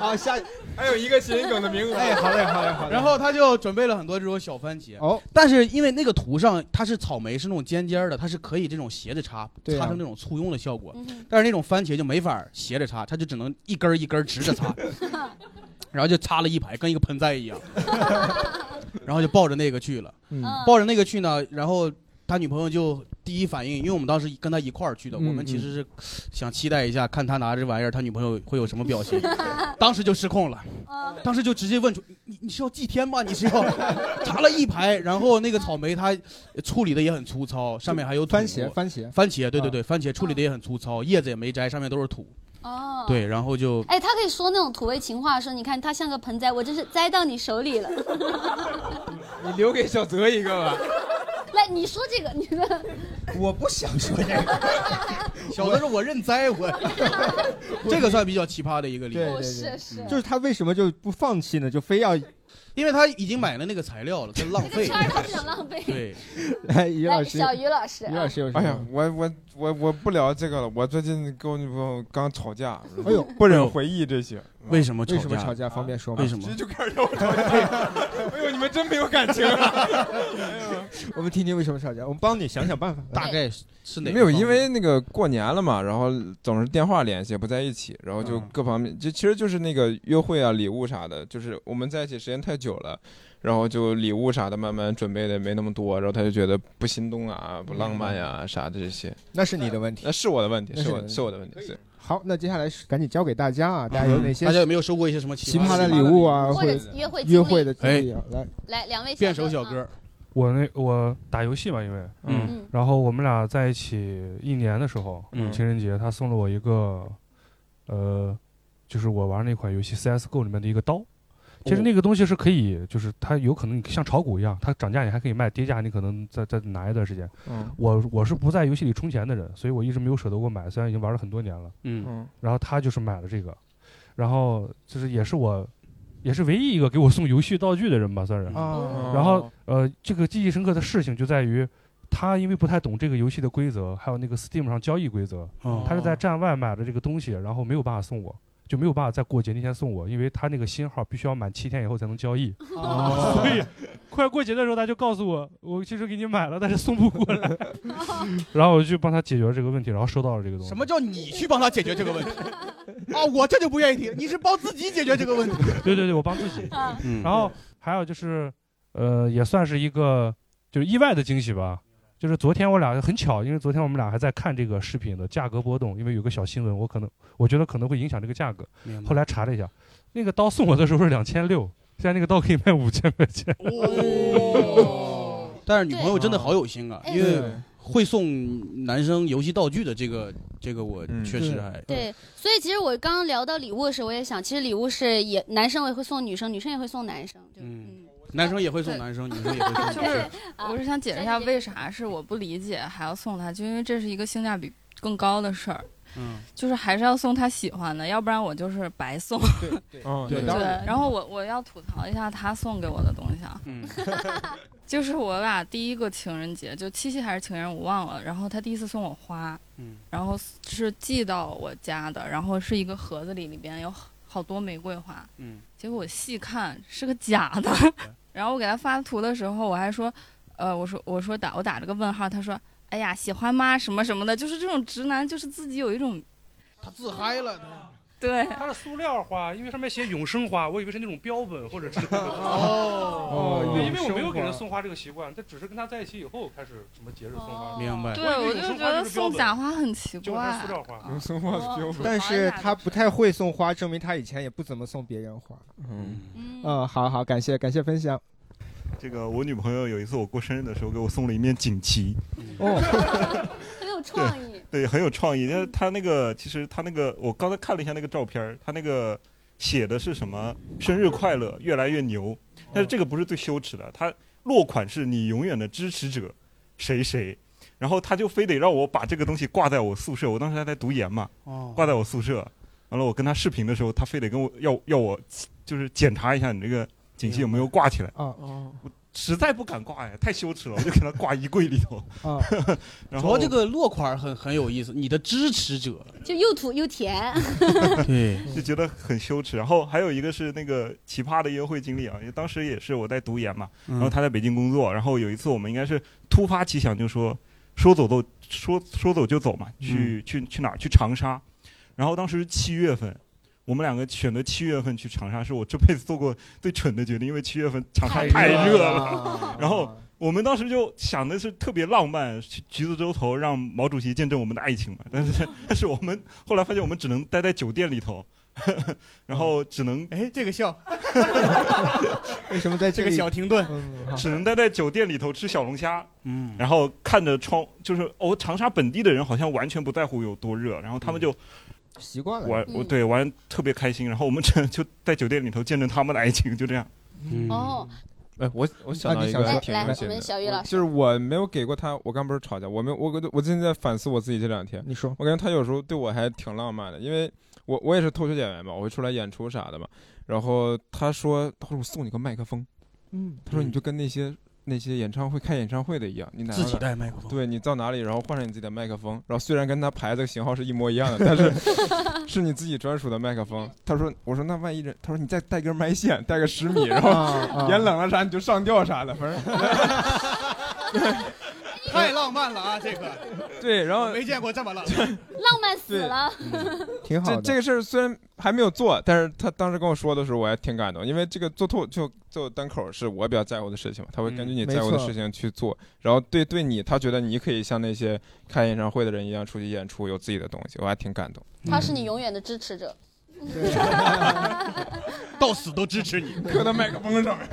[SPEAKER 2] 啊，下
[SPEAKER 3] 还有一个谐音梗的名额。
[SPEAKER 4] 哎，好嘞，好嘞，好嘞。然后他就准备了很多这种小番茄。
[SPEAKER 2] 哦，
[SPEAKER 4] 但是因为那个图上它是草莓，是那种尖尖儿的，它是可以这种斜着插，
[SPEAKER 2] 对啊
[SPEAKER 4] 插成那种簇拥的效果
[SPEAKER 2] 嗯哼。
[SPEAKER 4] 但是那种番茄就没法斜着插，它就只能一根儿一根儿直着 插，然后就插了一排，跟一个盆栽一样。然后就抱着那个去了，
[SPEAKER 2] 嗯
[SPEAKER 4] 抱着那个去呢，然后他女朋友就第一反应，因为我们当时跟他一块儿去的，
[SPEAKER 2] 嗯
[SPEAKER 4] 我们其实是想期待一下，看他拿这玩意儿，他女朋友会有什么表 情，当时就失控了，
[SPEAKER 5] 嗯
[SPEAKER 4] 当时就直接问出你你是要祭天吗？你 是要查了一排，然后那个草莓它处理的也很粗糙，上面还有番茄，
[SPEAKER 2] 番茄，
[SPEAKER 4] 番茄，对对对，番茄处理的也很粗糙，叶子也没摘，上面都是土，
[SPEAKER 5] 哦，
[SPEAKER 4] 对，然后就
[SPEAKER 5] 嗯哎，他可以说那种土味情话，说你看他像个盆栽，我真是栽到你手里了。
[SPEAKER 3] 你留给小泽一个吧。
[SPEAKER 5] 来，你说这个，你的
[SPEAKER 4] 我不想说这个。小的时候我认栽， 我这个算比较奇葩的一个例
[SPEAKER 2] 对对
[SPEAKER 4] 子。
[SPEAKER 2] 对，
[SPEAKER 4] 嗯
[SPEAKER 2] 就是他为什么就不放弃呢？就非要，
[SPEAKER 4] 因为他已经买了那个材料了，他浪
[SPEAKER 5] 这
[SPEAKER 4] 费
[SPEAKER 5] 圈。儿他不想浪费。
[SPEAKER 4] 对，
[SPEAKER 2] 哎，于
[SPEAKER 5] 来，小于老师，
[SPEAKER 2] 有
[SPEAKER 3] 哎呀，我我我我不聊这个了。我最近跟我女朋友刚吵架，
[SPEAKER 2] 哎呦啊
[SPEAKER 3] 不忍回忆这些。
[SPEAKER 4] 为什么
[SPEAKER 2] 为什么吵架？方便说吗？
[SPEAKER 4] 为什么
[SPEAKER 3] 啊这就开 始聊吵架。 哎呦，你们真没有感情
[SPEAKER 4] 哎
[SPEAKER 3] 啊！
[SPEAKER 2] 我们听听为什么吵架，我们帮你想想办法。
[SPEAKER 4] 大概是哪个
[SPEAKER 3] 没有，
[SPEAKER 4] 方面
[SPEAKER 3] 因为那个过年了嘛，然后总是电话联系不在一起，然后就
[SPEAKER 2] 嗯
[SPEAKER 3] 各方面，就其实就是那个约会啊、礼物啥的，就是我们在一起时间太久了，然后就礼物啥的慢慢准备的没那么多，然后他就觉得不心动啊、不浪漫呀、啥的这些。
[SPEAKER 2] 那是你的问题，
[SPEAKER 3] 那是我的问题，
[SPEAKER 2] 那
[SPEAKER 3] 是
[SPEAKER 2] 是你的
[SPEAKER 3] 我
[SPEAKER 2] 问题
[SPEAKER 3] 是我的问题。对
[SPEAKER 2] 好，那接下来是赶紧交给大家啊，大家有哪
[SPEAKER 4] 嗯
[SPEAKER 2] 些？
[SPEAKER 4] 大家有没有收过一些什么奇
[SPEAKER 2] 奇葩
[SPEAKER 4] 葩
[SPEAKER 2] 的礼物啊，
[SPEAKER 5] 或者约会经历
[SPEAKER 2] 约会的经历啊，
[SPEAKER 17] 哎
[SPEAKER 2] 来，
[SPEAKER 5] 来，两位嗯
[SPEAKER 4] 变手小哥，
[SPEAKER 17] 我那我打游戏嘛，因为
[SPEAKER 4] 嗯，
[SPEAKER 17] 然后我们俩在一起一年的时候，
[SPEAKER 4] 嗯
[SPEAKER 17] 情人节他送了我一个，呃，就是我玩那款游戏 CS:GO 里面的一个刀。其实那个东西是可以，就是它有可能你像炒股一样，它涨价你还可以卖，跌价你可能再再拿一段时间。
[SPEAKER 3] 嗯
[SPEAKER 17] 我我是不在游戏里充钱的人，所以我一直没有舍得过买，虽然已经玩了很多年了。
[SPEAKER 4] 嗯
[SPEAKER 3] 嗯
[SPEAKER 17] 然后他就是买了这个，然后就是也是我，也是唯一一个给我送游戏道具的人吧，
[SPEAKER 4] 嗯
[SPEAKER 17] 算是。
[SPEAKER 2] 哦
[SPEAKER 17] 然后呃，这个记忆深刻的事情就在于，他因为不太懂这个游戏的规则，还有那个 Steam 上交易规则，
[SPEAKER 4] 哦
[SPEAKER 17] 他是在站外买的这个东西，然后没有办法送我。就没有办法在过节那天送我，因为他那个新号必须要满七天以后才能交易，
[SPEAKER 4] 哦
[SPEAKER 17] 所以快过节的时候他就告诉我，我其实给你买了，但是送不过 来。然后我就帮他解决了这个问题，然后收到了这个东西
[SPEAKER 4] 什。么叫你去帮他解决这个 问题？啊，我这就不愿意听，你是帮自己解决这个问题。
[SPEAKER 17] 对对对，我帮自 己。
[SPEAKER 5] 啊
[SPEAKER 17] 然后还有就是，呃，也算是一个就是意外的惊喜吧。就是昨天我俩很巧，因为昨天我们俩还在看这个视频的价格波动，因为有个小新闻，我可能我觉得可能会影响这个价格
[SPEAKER 4] 明。白
[SPEAKER 17] 后来查了一下，那个刀送我的时候是两千六，现在那个刀可以卖五千块钱。
[SPEAKER 4] 但是女朋友真的好有心啊，
[SPEAKER 5] 对哎
[SPEAKER 4] 因为
[SPEAKER 5] 对
[SPEAKER 4] 会送男生游戏道具的这个，这个我
[SPEAKER 21] 嗯
[SPEAKER 4] 确实还
[SPEAKER 5] 对，所以其实我刚刚聊到礼物的时候，我也想，其实礼物是也男生也会送女生，女生也会送男生，就
[SPEAKER 4] 男生也会送男生，女生也会送女生。
[SPEAKER 14] 就是我是想解释一下为啥是我不理解还要送他，就因为这是一个性价比更高的事儿，
[SPEAKER 4] 嗯，
[SPEAKER 14] 就是还是要送他喜欢的，要不然我就是白送。
[SPEAKER 3] 对嗯
[SPEAKER 14] 对，
[SPEAKER 3] 当然
[SPEAKER 14] 然后我我要吐槽一下他送给我的东西啊，
[SPEAKER 4] 嗯，
[SPEAKER 14] 就是我俩第一个情人节，就七夕还是情人我忘了，然后他第一次送我花，
[SPEAKER 4] 嗯，
[SPEAKER 14] 然后是寄到我家的，然后是一个盒子里，里边有好好多玫瑰花，
[SPEAKER 4] 嗯，
[SPEAKER 14] 结果我细看是个假的， 然后我给他发图的时候，我还说，呃，我说我说打我打了个问号，他说，哎呀，喜欢吗？什么什么的，就是这种直男，就是自己有一种
[SPEAKER 4] 他自嗨了。
[SPEAKER 14] 对，
[SPEAKER 17] 它是塑料花，因为上面写永生花，我以为是那种标本或者是。
[SPEAKER 4] 哦
[SPEAKER 17] 对因为我没
[SPEAKER 4] 永生花
[SPEAKER 17] 有给人送花这个习惯，他只是跟他在一起以后开始什么节日送花。
[SPEAKER 4] 明白
[SPEAKER 14] 对，我就觉得送假花很奇
[SPEAKER 17] 就
[SPEAKER 14] 怪
[SPEAKER 17] 是塑，料花。
[SPEAKER 11] 啊
[SPEAKER 2] 嗯
[SPEAKER 3] 永生花
[SPEAKER 14] 哦
[SPEAKER 3] 标本
[SPEAKER 2] 但是他不太会送花，证明他以前也不怎么送别人花。
[SPEAKER 3] 嗯
[SPEAKER 2] 嗯，好好，感谢感谢分享。
[SPEAKER 21] 这个我女朋友有一次我过生日的时候给我送了一面锦旗，
[SPEAKER 5] 很有创意。
[SPEAKER 21] 对，很有创意。因为他那个，其实他那个，我刚才看了一下那个照片儿，他那个写的是什么？生日快乐，越来越牛。但是这个不是最羞耻的，他落款是你永远的支持者，谁谁。然后他就非得让我把这个东西挂在我宿舍，我当时还在读研嘛
[SPEAKER 4] 哦，
[SPEAKER 21] 挂在我宿舍。完了，我跟他视频的时候，他非得跟我要要我就是检查一下你这个锦旗有没有挂起来。
[SPEAKER 2] 啊
[SPEAKER 3] 哦，
[SPEAKER 21] 我 实在不敢挂呀，太羞耻了，我就给他挂衣柜里 头。
[SPEAKER 2] 啊，
[SPEAKER 21] 然
[SPEAKER 4] 主
[SPEAKER 21] 后
[SPEAKER 4] 要这个落款很很有意思，你的支持者，
[SPEAKER 5] 就又土又甜。
[SPEAKER 2] 嗯
[SPEAKER 4] 对，
[SPEAKER 21] 就觉得很羞耻。然后还有一个是那个奇葩的约会经历啊，因为当时也是我在读研嘛，
[SPEAKER 4] 嗯
[SPEAKER 21] 然后他在北京工作，然后有一次我们应该是突发奇想，就说说走就说说走就走嘛，去、去去哪儿？去长沙。然后当时是七月份。我们两个选择七月份去长沙，是我这辈子做过最蠢的决定，因为七月份长沙
[SPEAKER 2] 太
[SPEAKER 21] 太
[SPEAKER 2] 热
[SPEAKER 21] 热
[SPEAKER 2] 了
[SPEAKER 21] 了。 然后我们当时就想的是特别浪漫，去橘子洲头让毛主席见证我们的爱情嘛。但是但是我们后来发现我们只能待在酒店里头， 然后只能哎这个笑，
[SPEAKER 2] 为什么在这里
[SPEAKER 21] 这个小停顿
[SPEAKER 2] 嗯好
[SPEAKER 21] 只能待在酒店里头吃小龙虾，
[SPEAKER 4] 嗯，
[SPEAKER 21] 然后看着窗，就是哦，长沙本地的人好像完全不在乎有多热，然后他们就。
[SPEAKER 2] 嗯习惯嗯
[SPEAKER 21] 玩我对
[SPEAKER 2] 嗯
[SPEAKER 21] 玩特别开心，然后我们这就在酒店里头见证他们的爱情，就这样。
[SPEAKER 5] 哦，
[SPEAKER 3] 哎，我我想到一个
[SPEAKER 5] 啊你想说
[SPEAKER 3] 挺
[SPEAKER 5] 来来
[SPEAKER 3] 危险
[SPEAKER 5] 我
[SPEAKER 3] 的
[SPEAKER 5] 们小雨老师
[SPEAKER 3] 就是我没有给过他，我刚不是吵架，我没有我我最近在反思我自己这两天。
[SPEAKER 2] 你说，
[SPEAKER 3] 我感觉他有时候对我还挺浪漫的，因为我我也是脱口秀演员嘛，我会出来演出啥的嘛。然后他说，他说我送你个麦克风，
[SPEAKER 4] 嗯
[SPEAKER 3] 他说你就跟那些那些演唱会开演唱会的一样，你拿
[SPEAKER 4] 自己
[SPEAKER 3] 着
[SPEAKER 4] 带麦克风
[SPEAKER 3] 对你到哪里，然后换上你自己的麦克风，然后虽然跟他牌子型号是一模一样的，但是 是你自己专属的麦克风。他说，我说那万一人，他说你再带根麦线，带个十米，然
[SPEAKER 4] 啊
[SPEAKER 3] 后
[SPEAKER 4] 啊
[SPEAKER 3] 演冷了啥你就上吊啥的，反正
[SPEAKER 4] 太浪漫了啊，这个
[SPEAKER 3] 对，然后
[SPEAKER 4] 没见过这么浪 漫。
[SPEAKER 11] 浪漫死了。
[SPEAKER 2] 挺好
[SPEAKER 3] 这这个事儿虽然还没有做，但是他当时跟我说的时候，我还挺感动，因为这个做透就做单口是我比较在乎的事情嘛，他会根据你
[SPEAKER 2] 嗯没
[SPEAKER 3] 在乎的
[SPEAKER 2] 错
[SPEAKER 3] 事情去做，然后对对你，他觉得你可以像那些开演唱会的人一样出去演出，有自己的东西，我还挺感动。
[SPEAKER 5] 他是你永远的支持者。
[SPEAKER 4] 到死都支持你，
[SPEAKER 3] 磕到麦克 风上面。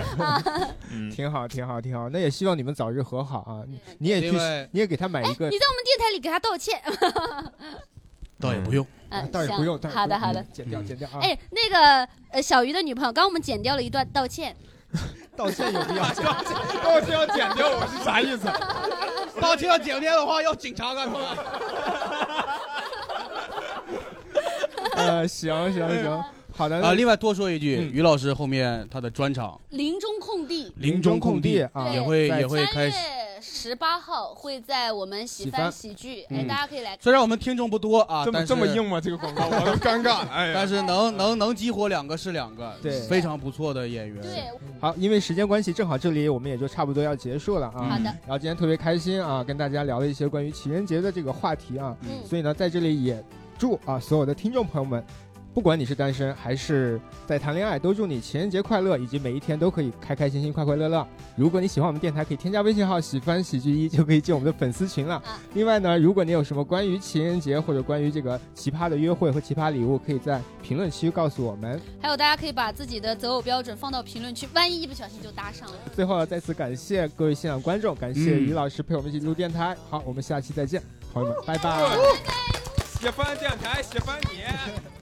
[SPEAKER 2] 挺好，挺好，挺好。那也希望你们早日和好啊！你你也去
[SPEAKER 4] 另外，
[SPEAKER 2] 你也给他买一
[SPEAKER 11] 嗯
[SPEAKER 2] 个
[SPEAKER 11] 哎你，在我们电台里给他道
[SPEAKER 2] 啊
[SPEAKER 11] 歉。
[SPEAKER 4] 倒也不用，
[SPEAKER 5] 呃
[SPEAKER 11] 嗯，
[SPEAKER 2] 倒也不用，
[SPEAKER 11] 行
[SPEAKER 2] 倒也
[SPEAKER 11] 好
[SPEAKER 2] 不
[SPEAKER 11] 的
[SPEAKER 2] 用
[SPEAKER 11] 好的
[SPEAKER 2] 嗯，剪掉，剪掉啊！
[SPEAKER 11] 哎，那个呃，小鱼的女朋友，刚刚我们剪掉了一段道歉，
[SPEAKER 2] 道歉有 必要剪
[SPEAKER 4] 道歉要剪掉，我是啥意思？ 道歉要剪掉的话，要警察干嘛？
[SPEAKER 2] 呃，行行 行，好的
[SPEAKER 4] 啊，另外多说一
[SPEAKER 21] 嗯
[SPEAKER 4] 句，于老师后面他的专场
[SPEAKER 5] 林中空地，
[SPEAKER 4] 林中空地
[SPEAKER 2] 啊
[SPEAKER 4] 也会
[SPEAKER 2] 对
[SPEAKER 4] 也会开始。
[SPEAKER 5] 月十八号会在我们喜
[SPEAKER 4] 喜
[SPEAKER 5] 番
[SPEAKER 4] 番
[SPEAKER 5] 喜剧，
[SPEAKER 4] 嗯
[SPEAKER 5] 哎，大家可以来看。
[SPEAKER 4] 虽然我们听众不多啊，
[SPEAKER 3] 这么
[SPEAKER 4] 但是
[SPEAKER 3] 这么硬吗这个 广告我都尴尬哎呀
[SPEAKER 4] 但是能能能激活两个是两个，
[SPEAKER 2] 对
[SPEAKER 4] 非常不错的演员。
[SPEAKER 5] 对，
[SPEAKER 11] 嗯
[SPEAKER 2] 好，因为时间关系，正好这里我们也就差不多要结束了啊。
[SPEAKER 5] 好的
[SPEAKER 2] 然后今天特别开心啊，跟大家聊了一些关于情人节的这个话题啊。
[SPEAKER 5] 嗯
[SPEAKER 2] 所以呢，在这里也祝啊所有的听众朋友们，不管你是单身还是在谈恋爱，都祝你情人节快乐，以及每一天都可以开开心心、快快乐乐。如果你喜欢我们电台，可以添加微信号“喜欢喜剧一”，就可以进我们的粉丝群了。
[SPEAKER 5] 啊
[SPEAKER 2] 另外呢，如果你有什么关于情人节或者关于这个奇葩的约会和奇葩礼物，可以在评论区告诉我们。
[SPEAKER 5] 还有大家可以把自己的择偶标准放到评论区，万一一不小心就搭上了。
[SPEAKER 2] 最后啊再次感谢各位现场观众，感谢
[SPEAKER 3] 嗯
[SPEAKER 2] 于老师陪我们一起录电台。好，我们下期再见，朋友们，拜拜。
[SPEAKER 3] 喜欢电台，喜欢你。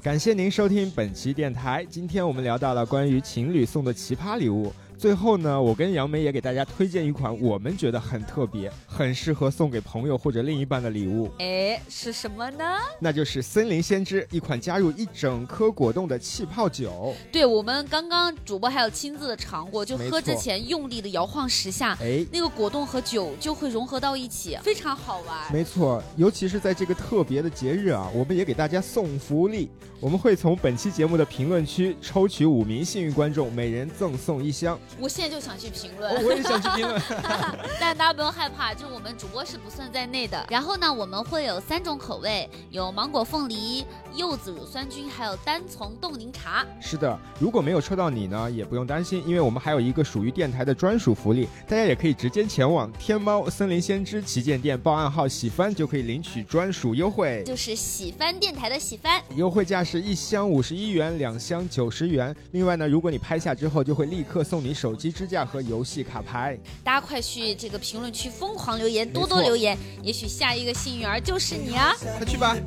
[SPEAKER 2] 感谢您收听本期电台。今天我们聊到了关于情侣送的奇葩礼物。最后呢，我跟杨梅也给大家推荐一款我们觉得很特别、很适合送给朋友或者另一半的礼物，
[SPEAKER 15] 哎，是什么呢？
[SPEAKER 2] 那就是森林先知，一款加入一整颗果冻的气泡酒。
[SPEAKER 15] 对我们刚刚主播还有亲自的尝过，就
[SPEAKER 2] 没
[SPEAKER 15] 喝之
[SPEAKER 2] 错
[SPEAKER 15] 前用力的摇晃十下，
[SPEAKER 2] 哎
[SPEAKER 15] 那个果冻和酒就会融合到一起，非常好玩。
[SPEAKER 2] 没错，尤其是在这个特别的节日啊，我们也给大家送福利。我们会从本期节目的评论区抽取五名幸运观众，每人赠送一箱。
[SPEAKER 15] 我现在就想去评论，
[SPEAKER 2] 哦我也想去评论。
[SPEAKER 15] 但大家不用害怕，就是我们主播是不算在内的。
[SPEAKER 11] 然后呢，我们会有三种口味，有芒果凤梨、柚子乳酸菌，还有单丛冻柠茶。
[SPEAKER 2] 是的，如果没有抽到你呢，也不用担心，因为我们还有一个属于电台的专属福利，大家也可以直接前往天猫森林先知旗舰店报暗号“喜欢”，就可以领取专属优 惠。
[SPEAKER 11] 就是喜翻电台的喜翻。
[SPEAKER 2] 优惠价是一箱五十一元，两箱九十元。另外呢，如果你拍下之后，就会立刻送你手机支架和游戏卡牌。
[SPEAKER 15] 大家快去这个评论区疯狂留言，
[SPEAKER 2] 没
[SPEAKER 15] 多多
[SPEAKER 2] 错
[SPEAKER 15] 留言，也许下一个幸运儿就是你啊！
[SPEAKER 2] 快去吧。